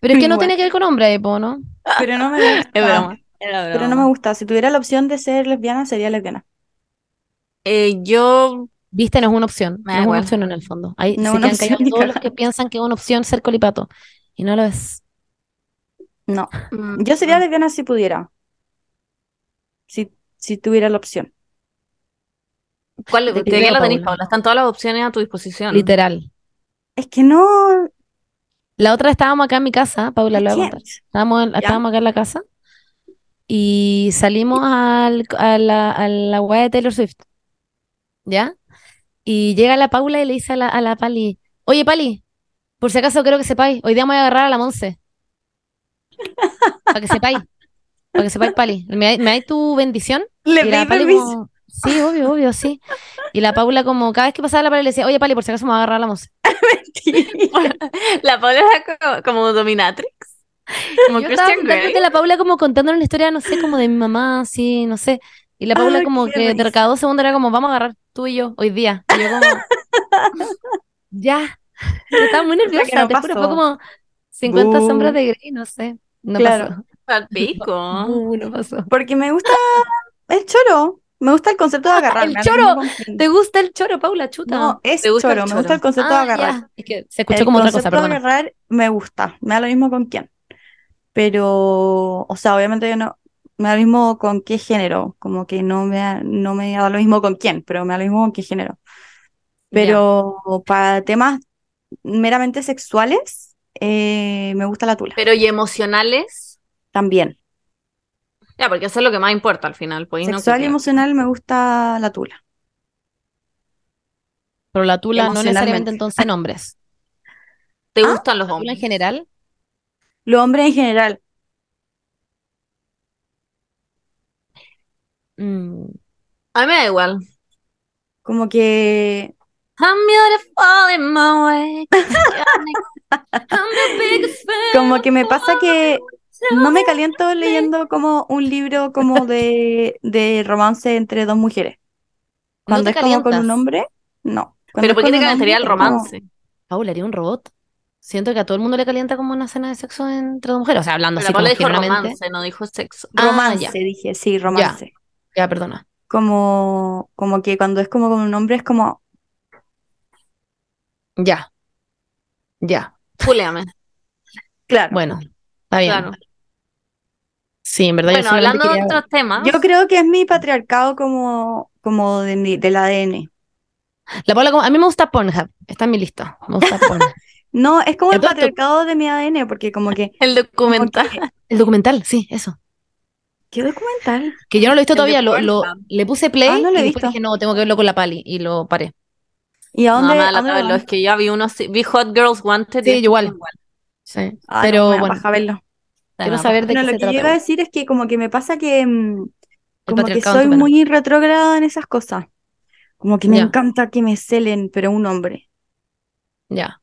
Pero es que no
Igual.
tiene que ver con hombres, po, ¿no?
Pero no me gusta.
Es broma, era
Pero no
broma.
me gusta. Si tuviera la opción de ser lesbiana, sería lesbiana.
Eh, yo
Viste, no es una opción. No
Me da
es una
igual.
opción en el fondo. Ahí
No es
se
una
quedan
opción,
callados
ni
todos los
cagando.
que piensan que es una opción ser colipato. Y no lo es.
No.
mm,
Yo sería lesbiana si pudiera. Si, si tuviera la opción.
¿Cuál,
Te
¿Qué
creo,
la tenéis,
Paula.
Paula? Están todas las opciones a tu disposición.
Literal.
Es que no.
La otra estábamos acá en mi casa, Paula,
I
lo voy a
can't.
contar. Estábamos, en- estábamos acá en la casa y salimos al, a la, a la weá de Taylor Swift. ¿Ya? Y llega la Paula y le dice a la, a la Pali, oye Pali, por si acaso creo que sepáis, hoy día me voy a agarrar a la Monse. Para que sepáis. Para que sepáis, Pali. ¿Me dais me dais tu bendición?
Le
Y la
pedí
Pali
permiso.
como, sí, obvio, obvio, sí. Y la Paula como, cada vez que pasaba la Pali le decía, oye, Pali, por si acaso me va a agarrar la música.
La Paula era co- como dominatrix, como
Yo estaba
Christian
contando
Grey.
que la Paula como contándole una historia, no sé, como de mi mamá, así, no sé. Y la Paula
Ah,
como
qué
que de
risa.
cada dos segundos era como, vamos a agarrar tú y yo hoy día. Y yo como, ya. Yo estaba muy
Cosa que
nerviosa,
no
te juro, fue
pasó.
como 50
Bu.
sombras de Grey, no sé. No
Claro.
pasó.
Al pico.
Bu, no pasó.
Porque me gusta el choro. Me gusta el concepto de agarrarme. a mí
choro!
no me confunde.
¿Te gusta el choro, Paula? Chuta.
No, es
¿Te gusta el
choro. Me gusta el concepto
Ah,
de agarrar.
ya. Es que se
El
escuchó como otra cosa,
concepto de
perdona.
agarrar me gusta, me da lo mismo con quién. Pero, o sea, obviamente yo no, me da lo mismo con qué género, como que no me da, no me da lo mismo con quién, pero me da lo mismo con qué género. Pero para temas meramente sexuales, eh, me gusta la tula
Pero y emocionales,
también.
ya, porque eso es lo que más importa al final, pues y no
Sexual y
cualquier-
emocional me gusta la tula.
Pero la tula no necesariamente
Emocionalmente.
entonces en hombres.
¿Te
¿Ah?
gustan los
La tula en
hombres?
general.
Los hombres en general,
mm,
A mí me da igual.
como que
I'm beautiful in my way. I'm the biggest fan.
Como que me pasa que no me caliento leyendo como un libro como de, de romance entre dos mujeres.
No
Cuando
te
es como con un
calientas. pues
hombre, no. Cuando
Pero
es
¿por
con
qué te
un
calentaría el
hombre, es como-
romance?
Paula, haría un robot. Siento que a todo el mundo le calienta como una cena de sexo entre dos mujeres. O sea, hablando
Pero
así
Paula
como
dijo
generalmente.
romance, no dijo sexo.
Ah,
Romance,
ya.
dije, sí, romance.
Ya, perdona.
Como, como que cuando es como con un hombre es como,
Ya. Ya.
Fúleame.
claro.
Bueno, está bien.
Claro.
Sí, en verdad yo
Bueno,
solamente
hablando de
quería-
otros temas,
Yo creo que es mi patriarcado como, como de mi- del ADN.
La Paula, como- a mí me gusta Pornhub. Está en mi lista. Me gusta Pornhub.
No, es como el
Entonces tú-
patriarcado de mi ADN, porque como que,
el documental.
El documental, sí, eso.
¿qué documental?
Que yo no lo he visto
El de
todavía. Lo, lo-
Pornhub.
le puse play
Ah, no lo he
y después
visto.
dije, no, tengo que verlo con la Pali. Y lo paré.
¿Y a
No,
dónde,
mala,
a dónde lo
Pablo,
van?
es que yo vi unos, vi Hot Girls Wanted.
Sí,
y es
igual. Sí.
Ay, Ah, no,
Pero
me da
bueno,
paja verlo.
quiero saber de
Bueno, lo
qué se
que yo
trata.
iba a decir es que como que me pasa que mm,
El
como que
patriarcado en
soy
tu pene.
muy retrógrada en esas cosas. Como que me
Ya.
encanta que me celen, pero un hombre.
Ya.
Ah,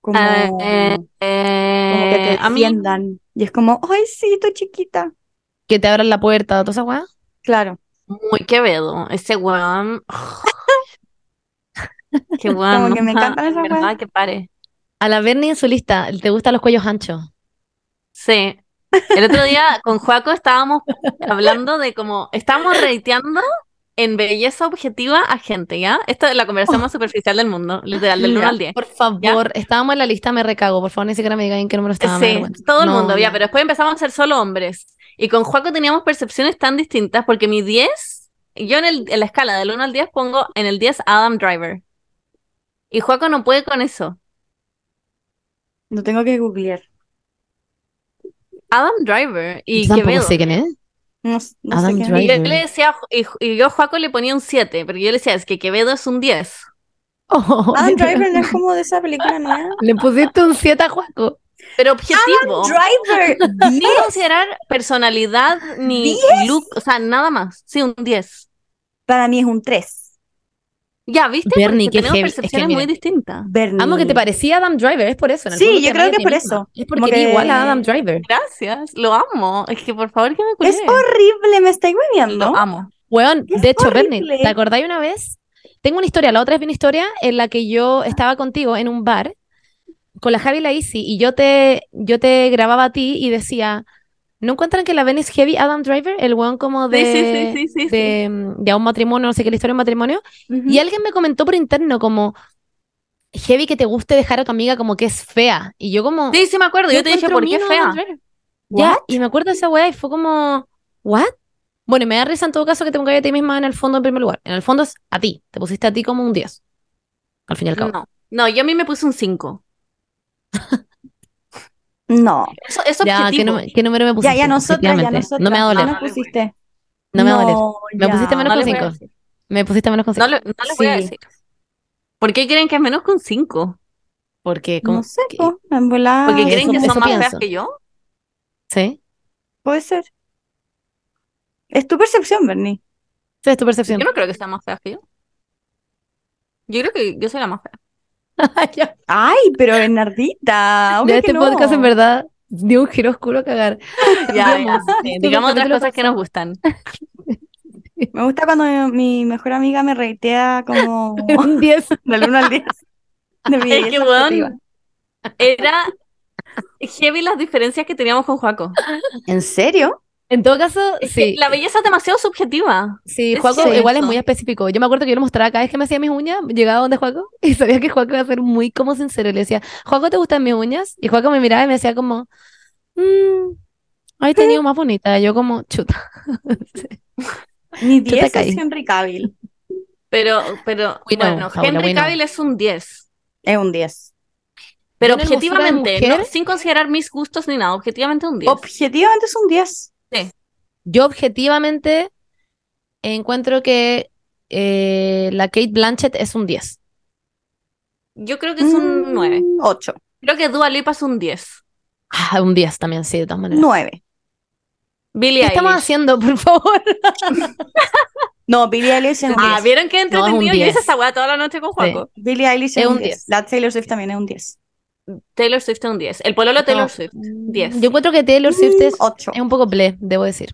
Como,
Ah,
Eh,
como que te
Eh, a mí,
defiendan. Y es como, ay, sí, estoy chiquita.
Que te abran la puerta, toda esa weá.
Claro.
muy Quevedo, ese weón. Qué weón,
Como que me
no,
encantan
en
esas
verdad
weas.
que pare.
A la Bernie en su lista, ¿te gustan los cuellos anchos?
Sí. El otro día con Joaco estábamos hablando de cómo estábamos reiteando en belleza objetiva a gente, ¿ya? Esta es la
Oh.
conversación más superficial del mundo, literal, del 1
Ya,
al 10.
Por favor, estábamos en la lista, me recago. Por favor, ni siquiera me digan en qué número estaba. me da
Sí,
vergüenza.
todo el
Ah, No,
mundo, ya,
ya.
pero después empezamos a ser solo hombres. Y con Joaco teníamos percepciones tan distintas porque mi 10, yo en, el- en la escala del 1 al 10 pongo en el 10 Adam Driver. Y Joaco no puede con eso.
No tengo que googlear.
Adam Driver y
Yo tampoco
Quevedo.
sé quién es.
No, s- no sé
Adam
qué.
Y
Driver.
yo le decía, y, y yo a Joaco le ponía un 7, porque yo le decía, es que Quevedo es un 10.
Oh,
Adam Ah, Driver no es como de esa película nueva.
Le pusiste un 7 a Juaco.
Pero
Oh.
objetivo,
Driver,
sin considerar personalidad ni look, o sea, nada más. Sí, un 10.
para mí es un 3.
Ya, ¿viste?
Bernie,
Porque
qué
tenemos
heavy. Es que
percepciones
mira.
muy distintas.
Amo que te parecía Adam Driver, es por eso. en
Mm.
el
Sí,
fondo
yo
te
creo
amáis
que
a ti
por
misma.
eso.
Es porque
Como
eres
que-
igual a Adam Driver.
Gracias, lo amo. Es que por favor que me cuide.
Es horrible, me estáis hueviando.
Lo amo.
Weón,
Es
de hecho, Bernie,
horrible.
¿te acordáis una vez? Tengo una historia, la otra es una historia en la que yo estaba contigo en un bar con la Javi y la Isi y yo te, yo te grababa a ti y decía, ¿no encuentran que la Ven es heavy Adam Driver? El weón como
Sí, sí, sí,
de,
sí, sí, sí.
de, mm, ya un matrimonio, no sé qué, la historia de un matrimonio.
Ujú.
Y alguien me comentó por interno como, heavy que te guste dejar a tu amiga como que es fea. Y yo como,
Sí, sí, me acuerdo. Yo te dije,
encuentro
¿por qué
mino a
fea?
Adam Driver. Ya, y me acuerdo de esa weá y fue como, ¿what? Bueno, y me da risa en todo caso que te pongas a ti misma en el fondo en primer lugar. En el fondo es a ti, te pusiste a ti como un 10. Al fin y al cabo.
No, no, yo a mí me puse un 5.
No.
Eso es
Ya,
objetivo.
¿qué, num- qué número me
Ya,
pusiste?
ya nosotras, ya
Efectivamente.
nosotras.
No me va a
ya
doler,
No,
nos pusiste.
no me va a doler.
No,
Me pusiste
ya.
menos
no
con
les voy a
5.
decir.
Me pusiste menos con
No,
5.
le- no les voy a
Sí.
decir. ¿Por qué creen que es menos que un 5?
Porque, como,
No sé,
que-
po, en volada,
¿Porque creen
eso-
que son
eso
más feas
pienso.
que yo?
¿sí?
Puede ser. Es tu percepción, Bernie.
Esa es tu percepción.
Yo no creo que sea más fea que yo. Yo creo que yo soy la más fea.
Ya.
Ay, pero Bernardita, obvio
Ya
que
este
no.
podcast en verdad dio un giro oscuro a cagar.
Ya,
Digamos,
ya. Digamos otras
Capítulo
cosas que nos gustan.
Me gusta cuando mi, mi mejor amiga me reitea como
Un 10.
del 1 al 10 de mi
Es que,
belleza
weón,
objetiva.
Era heavy las diferencias que teníamos con Joaco.
¿En serio?
En todo caso, sí.
La belleza es demasiado subjetiva.
Sí,
Eso
Juaco
es
igual es
eso.
muy específico. Yo me acuerdo que yo lo mostraba cada vez que me hacía mis uñas, llegaba donde Juaco y sabía que Juaco iba a ser muy como sincero. Y le decía, Juaco, ¿te gustan mis uñas? Y Juaco me miraba y me decía como, mmm, ahí tenía más bonita. Y yo como, chuta.
Mi
Yo te
10
caí.
es Henry Cavill.
Pero, pero,
We know,
bueno,
Paula,
Henry
we know.
Cavill es un 10.
Es un 10.
Pero
Una hermosura de
objetivamente,
mujer.
no- sin considerar mis gustos ni nada, objetivamente un 10.
Objetivamente es un 10.
Yo objetivamente encuentro que eh, la Kate Blanchett es un 10.
Yo creo que es
Mm.
Mm,
un 9.
8.
Creo que Dua Lipa es un 10.
Ah, un 10 también, sí, de todas maneras.
9.
Billie
¿Qué estamos
Eilish.
haciendo, por favor?
No, Billie Eilish es un
Ah,
10.
¿vieron qué
un
entretenido? Yo
10.
hice esa weá toda la noche con Joaco.
Billie Eilish
es
es
un
un 10. La Taylor Swift también es un 10.
Taylor Swift es un 10. El pololo Taylor
No.
Swift. 10.
Yo encuentro que Taylor
Mm,
Swift es,
8.
es un poco ble, debo decir.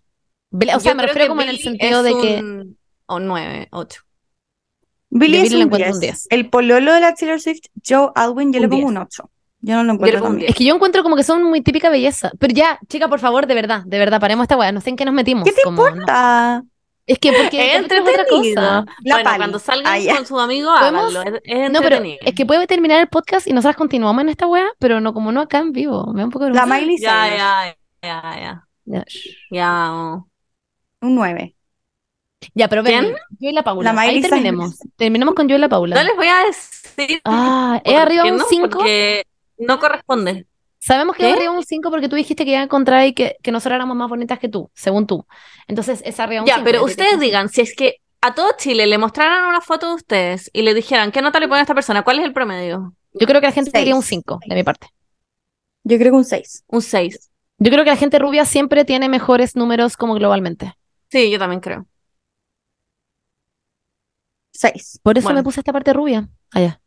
Ble- o sea, me refiero como en el sentido de que...
O 9, 8.
Billie es
Yo Billie la
un
encuentro un
10. El pololo de la Taylor Swift, Joe Alwyn, yo le
Un
pongo un
10.
8. Yo no lo
Yo le
encuentro
pongo un
tan bien.
10.
Es que yo encuentro como que son muy típica belleza. Pero ya, chica, por favor, de verdad, de verdad, paremos esta weá. No sé en qué nos metimos.
¿Qué te
como, no.
importa?
Es que porque
Es
el capítulo es otra
entretenido.
cosa.
La
bueno,
pali.
cuando salgan
Ah, ya.
con sus amigos,
¿Podemos?
háganlo. Es, es
No, pero
entretenido.
es que puede terminar el podcast y nosotras continuamos en esta weá, pero no como no acá en vivo. Me da un poco de
La
vergüenza.
Miley
Ya,
Cyrus,
ya, ya, ya.
Ya, shh.
Ya, oh.
un 9.
Ya, pero
¿Quién?
ven, yo y la
La
Paula.
Miley
Ahí
Cyrus.
terminemos. Terminemos con yo y la Paula.
No les voy a decir.
Ah,
por
es arriba
qué
un
no,
5.
Porque no corresponde.
Sabemos que es
¿Qué?
arriba un 5 porque tú dijiste que ya encontrar y que, que nosotras éramos más bonitas que tú, según tú. Entonces es arriba un
Ya,
5.
pero ustedes digan, si es que a todo Chile le mostraran una foto de ustedes y le dijeran, ¿qué nota le pone a esta persona? ¿Cuál es el promedio?
Yo creo que la gente
Seis.
diría un 5 de mi parte.
Yo creo que un 6.
Un 6.
Yo creo que la gente rubia siempre tiene mejores números como globalmente.
Sí, yo también creo.
6.
Por eso me
Bueno.
puse esta parte rubia. Allá.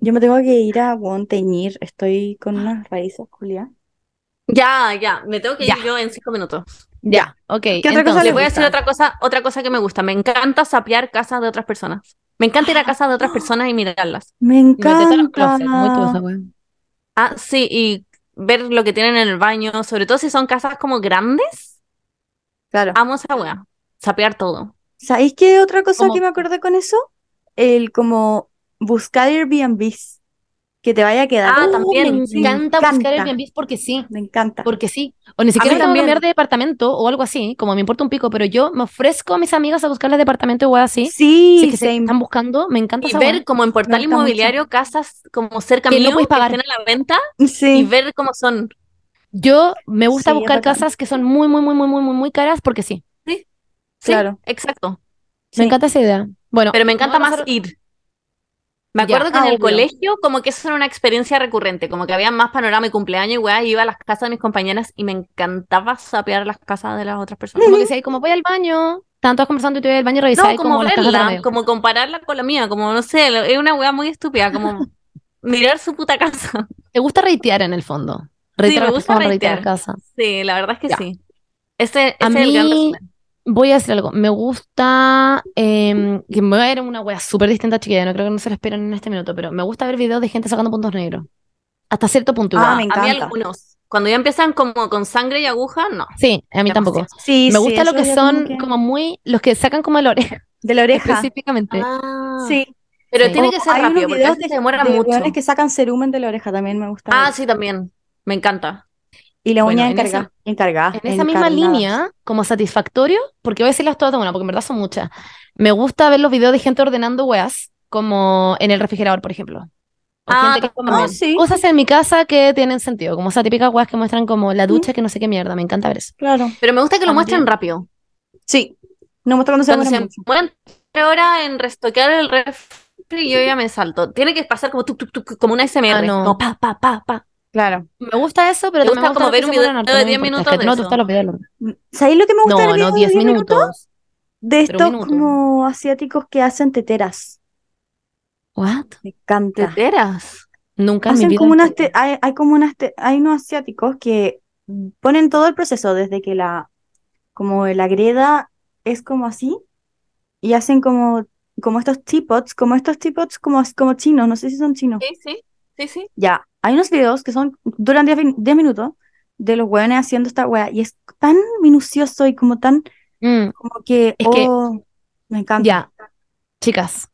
Yo me tengo que ir a weón, teñir. Estoy con
Ah.
unas raíces, Julia.
Ya, ya, me tengo que ir
Ya.
yo en cinco minutos.
Ya, ok. ¿Qué
otra cosa
Les
les
voy a
gusta?
decir otra cosa, otra cosa que me gusta. Me encanta sapear casas de otras personas. Me encanta ir a casas de otras personas y mirarlas.
Me
los
encanta.
closets, muy tú esa weá.
Ah, sí, y ver lo que tienen en el baño, sobre todo si son casas como grandes.
Claro.
Ah.
Amo esa weá. Sapear todo.
¿Sabéis qué otra cosa
Como-
que me acordé con eso? El como buscar Airbnbs que te vaya a quedar.
Ah,
Uh,
también,
me
sí.
encanta buscar
Encanta.
Airbnb porque sí,
Me encanta.
porque sí. O ni
mí
siquiera tengo que
también.
cambiar de departamento o algo así, como me importa un pico, pero yo me ofrezco a mis amigas a buscarles departamento o algo así. Si
Sí,
es que se
same.
están buscando, me encanta
Y
esa
ver
weá.
como en portal
encanta mucho.
inmobiliario casas como cerca
Que no
mío
puedes
que
pagar.
estén a la venta y
Sí.
ver cómo son.
Yo me gusta
Sí, es
buscar
bacán.
casas que son muy, muy, muy, muy, muy, muy, muy caras porque sí.
Sí,
Claro.
exacto.
Sí.
Me encanta esa idea. Bueno,
Pero me encanta
no va a
más
pasar-
ir. Me
Ya,
acuerdo que en
ah,
el
obvio.
colegio, como que eso era una experiencia recurrente, como que había más panorama y cumpleaños y weá, y iba a las casas de mis compañeras y me encantaba sapear las casas de las otras personas.
como que si hay como voy al baño, están todas conversando y tú vas al baño y revisas
No,
ahí
como
las cajas de la
verla,
media.
como compararla con la mía, como no sé, lo- es una weá muy estúpida, como mirar su puta casa.
Te gusta reitear en el fondo.
me
Reitear a las
gusta
personas, reitear a
reitear.
casa.
Sí, la verdad es que
Ya.
sí. Ese,
A
ese es el gran
mí-
resumen.
Voy a decir algo. Me gusta. em, que me voy a ir a una wea súper distinta, chiquilla. No creo que no se lo esperen en este minuto, pero me gusta ver videos de gente sacando puntos negros. Hasta cierto punto
Ah,
igual.
me
A mí
encanta.
algunos. Cuando ya empiezan como con sangre y aguja, no.
Sí, a mí tampoco.
Demasiado.
Sí,
Me
sí,
gusta lo
eso
que
ya
son
que-
como muy. Los que sacan como el oreja,
de la oreja.
específicamente.
Ah, Sí.
Pero
Sí.
tiene
O
que ser
hay unos
rápido, porque a
videos
veces
de-
se demora
de
mucho.
weones que sacan cerumen de la oreja también me gusta.
Ah,
ver.
sí, también. Me encanta.
Y la
Bueno,
uña
en
encargada.
esa-
Encargada.
Ah,
En esa misma
encarnada.
línea, como satisfactorio, porque voy a decirlas todas de una, porque en verdad son muchas. Me gusta ver los videos de gente ordenando weas, como en el refrigerador, por ejemplo. O
Ah,
gente que come
Ah, sí,
cosas en mi casa que tienen sentido, como esas típicas weas que muestran como la ducha, que no sé qué mierda, me encanta ver eso.
claro.
Pero me gusta que lo
También.
muestren rápido.
Sí. No me gusta cuando se
Cuando
demora
se
mucho.
mueran tres horas en restoquear el refri, yo ya me salto. Tiene que pasar como, tuc, tuc, tuc, como una SMR.
Ah, no.
Como pa, pa, pa, pa.
Claro.
Me gusta eso, pero
¿Te
también
gusta
me
como
lo que
ver un
hizo Bruno
video
Norte,
de
no me
10
importa,
minutos
es que
de
no te
eso?
gusta los videos. de los-
¿Sabéis lo que me gusta
No,
del
no,
video
10
de
minutos.
De
pero un
estos
minuto.
como asiáticos que hacen teteras.
What?
Me encanta.
¿Teteras?
Nunca en mi
Hacen
vida
como unas
entendí.
te- hay, hay como unas te- hay unos asiáticos que ponen todo el proceso desde que la como la greda es como así y hacen como como estos teapots, como estos teapots como como chinos, no sé si son chinos.
Sí, sí, sí, sí.
Ya, hay unos videos que son duran 10 min- 10 minutos de los hueones haciendo esta wea y es tan minucioso y como tan
Mm,
como que
Es que-
oh, me encanta.
ya, Ah. chicas.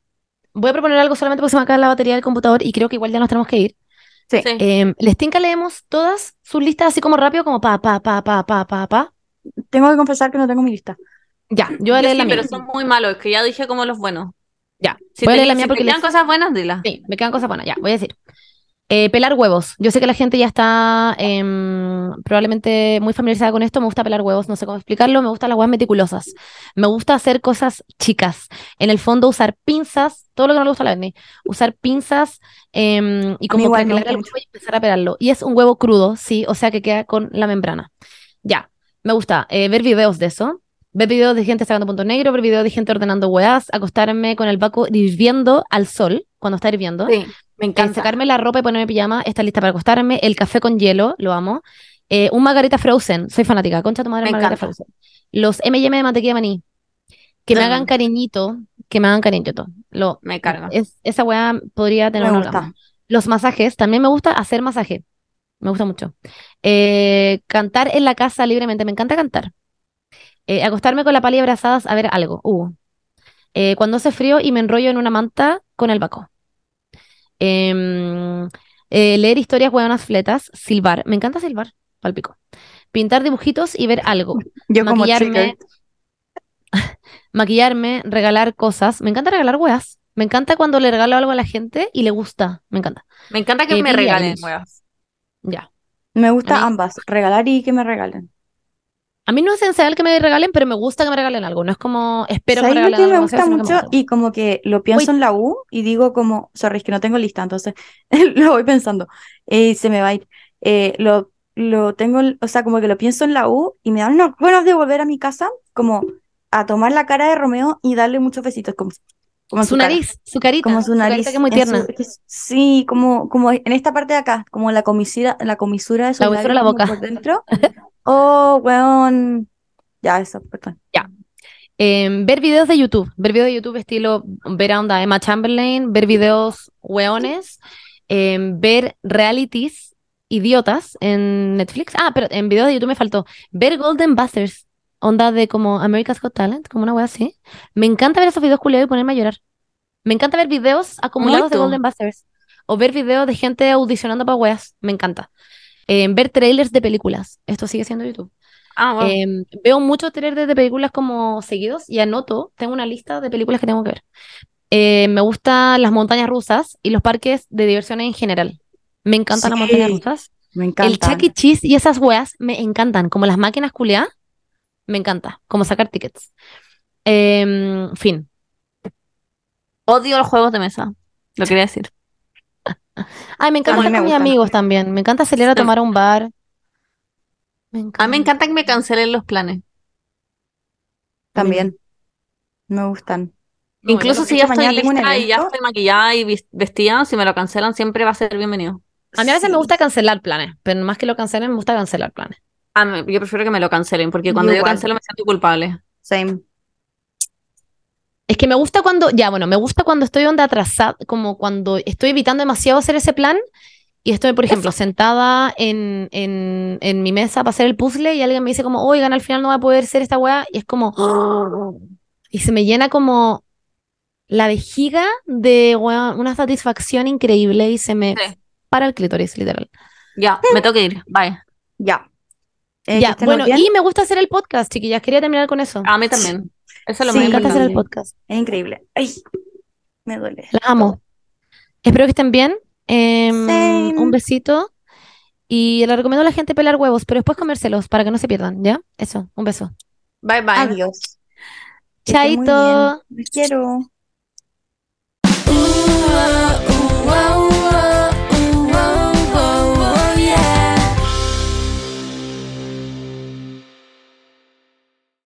Voy a proponer algo solamente porque se me acaba la batería del computador y creo que igual ya nos tenemos que ir.
Sí.
Sí.
Em, ¿les tinca leemos todas sus listas así como rápido, como pa, pa, pa, pa, pa, pa, pa?
Tengo que confesar que no tengo mi lista.
Ya, yo voy a
Yo
leer
sí,
la mía.
pero son muy malos, que ya dije como los buenos.
Ya,
Si
voy a leer
te-
la mía
si
porque
te quedan
les-
cosas buenas, dila.
Sí, me quedan cosas buenas, ya, voy a decir. Eh, pelar huevos. Yo sé que la gente ya está em, probablemente muy familiarizada con esto. Me gusta pelar huevos, no sé cómo explicarlo. Me gustan las huevas meticulosas. Me gusta hacer cosas chicas. En el fondo, usar pinzas, todo lo que no le gusta a la Berni. Usar pinzas em, y como
igual me
craquelar
gusta
el
mucho.
huevo y empezar a pelarlo. Y es un huevo crudo, sí, o sea que queda con la membrana. Ya, me gusta eh, ver videos de eso. Ver videos de gente sacando punto negro, ver videos de gente ordenando huevas, acostarme con el vaco hirviendo al sol, cuando está hirviendo.
Sí, me
Eh,
encanta.
sacarme la ropa y ponerme pijama, está lista para acostarme, el café con hielo, lo amo. Eh, un margarita frozen, soy fanática, concha tu madre
Me
margarita
encanta.
frozen. Los M&M de mantequilla de maní, que me
Mm.
hagan cariñito, que me hagan cariñito. Lo,
Me carga.
es- esa weá podría tener
Me
un
gusta.
orgasmo. Los masajes, también me gusta hacer masaje, me gusta mucho. Eh, cantar en la casa libremente, me encanta cantar. Eh, acostarme con la pali abrazadas a ver algo, uh. Eh, cuando hace frío y me enrollo en una manta con el baco. Em, eh, leer historias hueonas fletas, silbar. Me encanta silbar, palpico. Pintar dibujitos y ver algo.
Yo como
Maquillarme,
trigger.
maquillarme, regalar cosas. Me encanta regalar hueas. Me encanta cuando le regalo algo a la gente y le gusta. Me encanta.
Me encanta que
Eh,
me
Billie
regalen
Eilish.
huevas.
Ya.
Me
A
gusta
mí-
ambas, regalar y que me regalen.
A mí no es esencial que me regalen, pero me gusta que me regalen algo. No es como espero que
¿Sabes
me
lo
regalen
que
algo
me gusta
demasiado, sino que me
mucho?
gusta.
Y como que lo pienso en la U y digo como, sorry, es que no tengo lista, entonces lo voy pensando y se me va a ir. Eh, lo, lo tengo, o sea, como que lo pienso en la U y me dan unos buenos de volver a mi casa, como a tomar la cara de Romeo y darle muchos besitos, como, como en
Su
cara,
nariz, su carita.
como en su
carita
nariz.
que es muy
en su-
tierna.
que es- sí, como, como en esta parte de acá, como la comisura, la comisura de sus
La dulzura de la
labios, como
boca.
por dentro. Oh, weón. Ya, eso, perdón.
Eh, ver videos de YouTube, ver videos de YouTube estilo ver a onda Emma Chamberlain, ver videos hueones, eh, ver realities idiotas en Netflix. Ah, pero en videos de YouTube me faltó ver Golden Busters, onda de como America's Got Talent, como una wea así. Me encanta ver esos videos culiados y ponerme a llorar. Me encanta ver videos acumulados de
tú.
Golden Busters o ver videos de gente audicionando para weas. Me encanta. Eh, ver trailers de películas. Esto sigue siendo YouTube.
Ah, wow.
Em, veo muchos trailers de películas como seguidos y anoto, tengo una lista de películas que tengo que ver. Eh, me gustan las montañas rusas y los parques de diversiones en general. Me encantan las montañas
Sí,
rusas.
Me
El
encanta.
Chuck E. Cheese y esas weas me encantan, como las máquinas culeadas, me encanta, como sacar tickets. Em, fin,
Odio los juegos de mesa. Lo quería decir.
ay, me encanta
mí
estar
me
con mis
gustan.
amigos también, me encanta salir a
Sí.
tomar a un bar. Me
A mí me
Mm.
encanta.
encanta que me cancelen los planes.
También. Me gustan.
No, Incluso
yo
si
creo
ya
que mañana
estoy
tengo un
lista y ya
evento.
estoy maquillada y vis- vestida, si me lo cancelan siempre va a ser bienvenido.
A mí a veces me
Sí.
gusta cancelar planes, pero más que lo cancelen, me gusta cancelar planes.
A mí- Ah, yo prefiero que me lo cancelen porque
Yo
cuando yo
igual.
cancelo me siento culpable.
Same.
Es que me gusta cuando, ya, bueno, me gusta cuando estoy onda atrasada, como cuando estoy evitando demasiado hacer ese plan y estoy, por ejemplo, sentada en, en, en mi mesa para hacer el puzzle y alguien me dice como, oigan, al final no va a poder ser esta weá y es como, y se me llena como la vejiga de weá, una satisfacción increíble y se me
Sí.
para el clítoris, literal.
Ya, me tengo que ir. Bye.
Ya. Eh, que
Ya,
estén muy
bueno,
bien.
y me gusta hacer el podcast, chiquillas, quería terminar con eso.
A mí también. Eso es lo
Sí.
Me
más
encanta hacer el
importante.
podcast,
Es increíble. Ay, me duele.
las amo. Espero que estén bien. Em,
Same.
un besito. Y le recomiendo a la gente pelar huevos, pero después comérselos para que no se pierdan, ¿ya? Eso, un beso.
Bye bye.
Ah, Adiós. Que estén muy
Chaito.
bien. Los quiero.
Bye.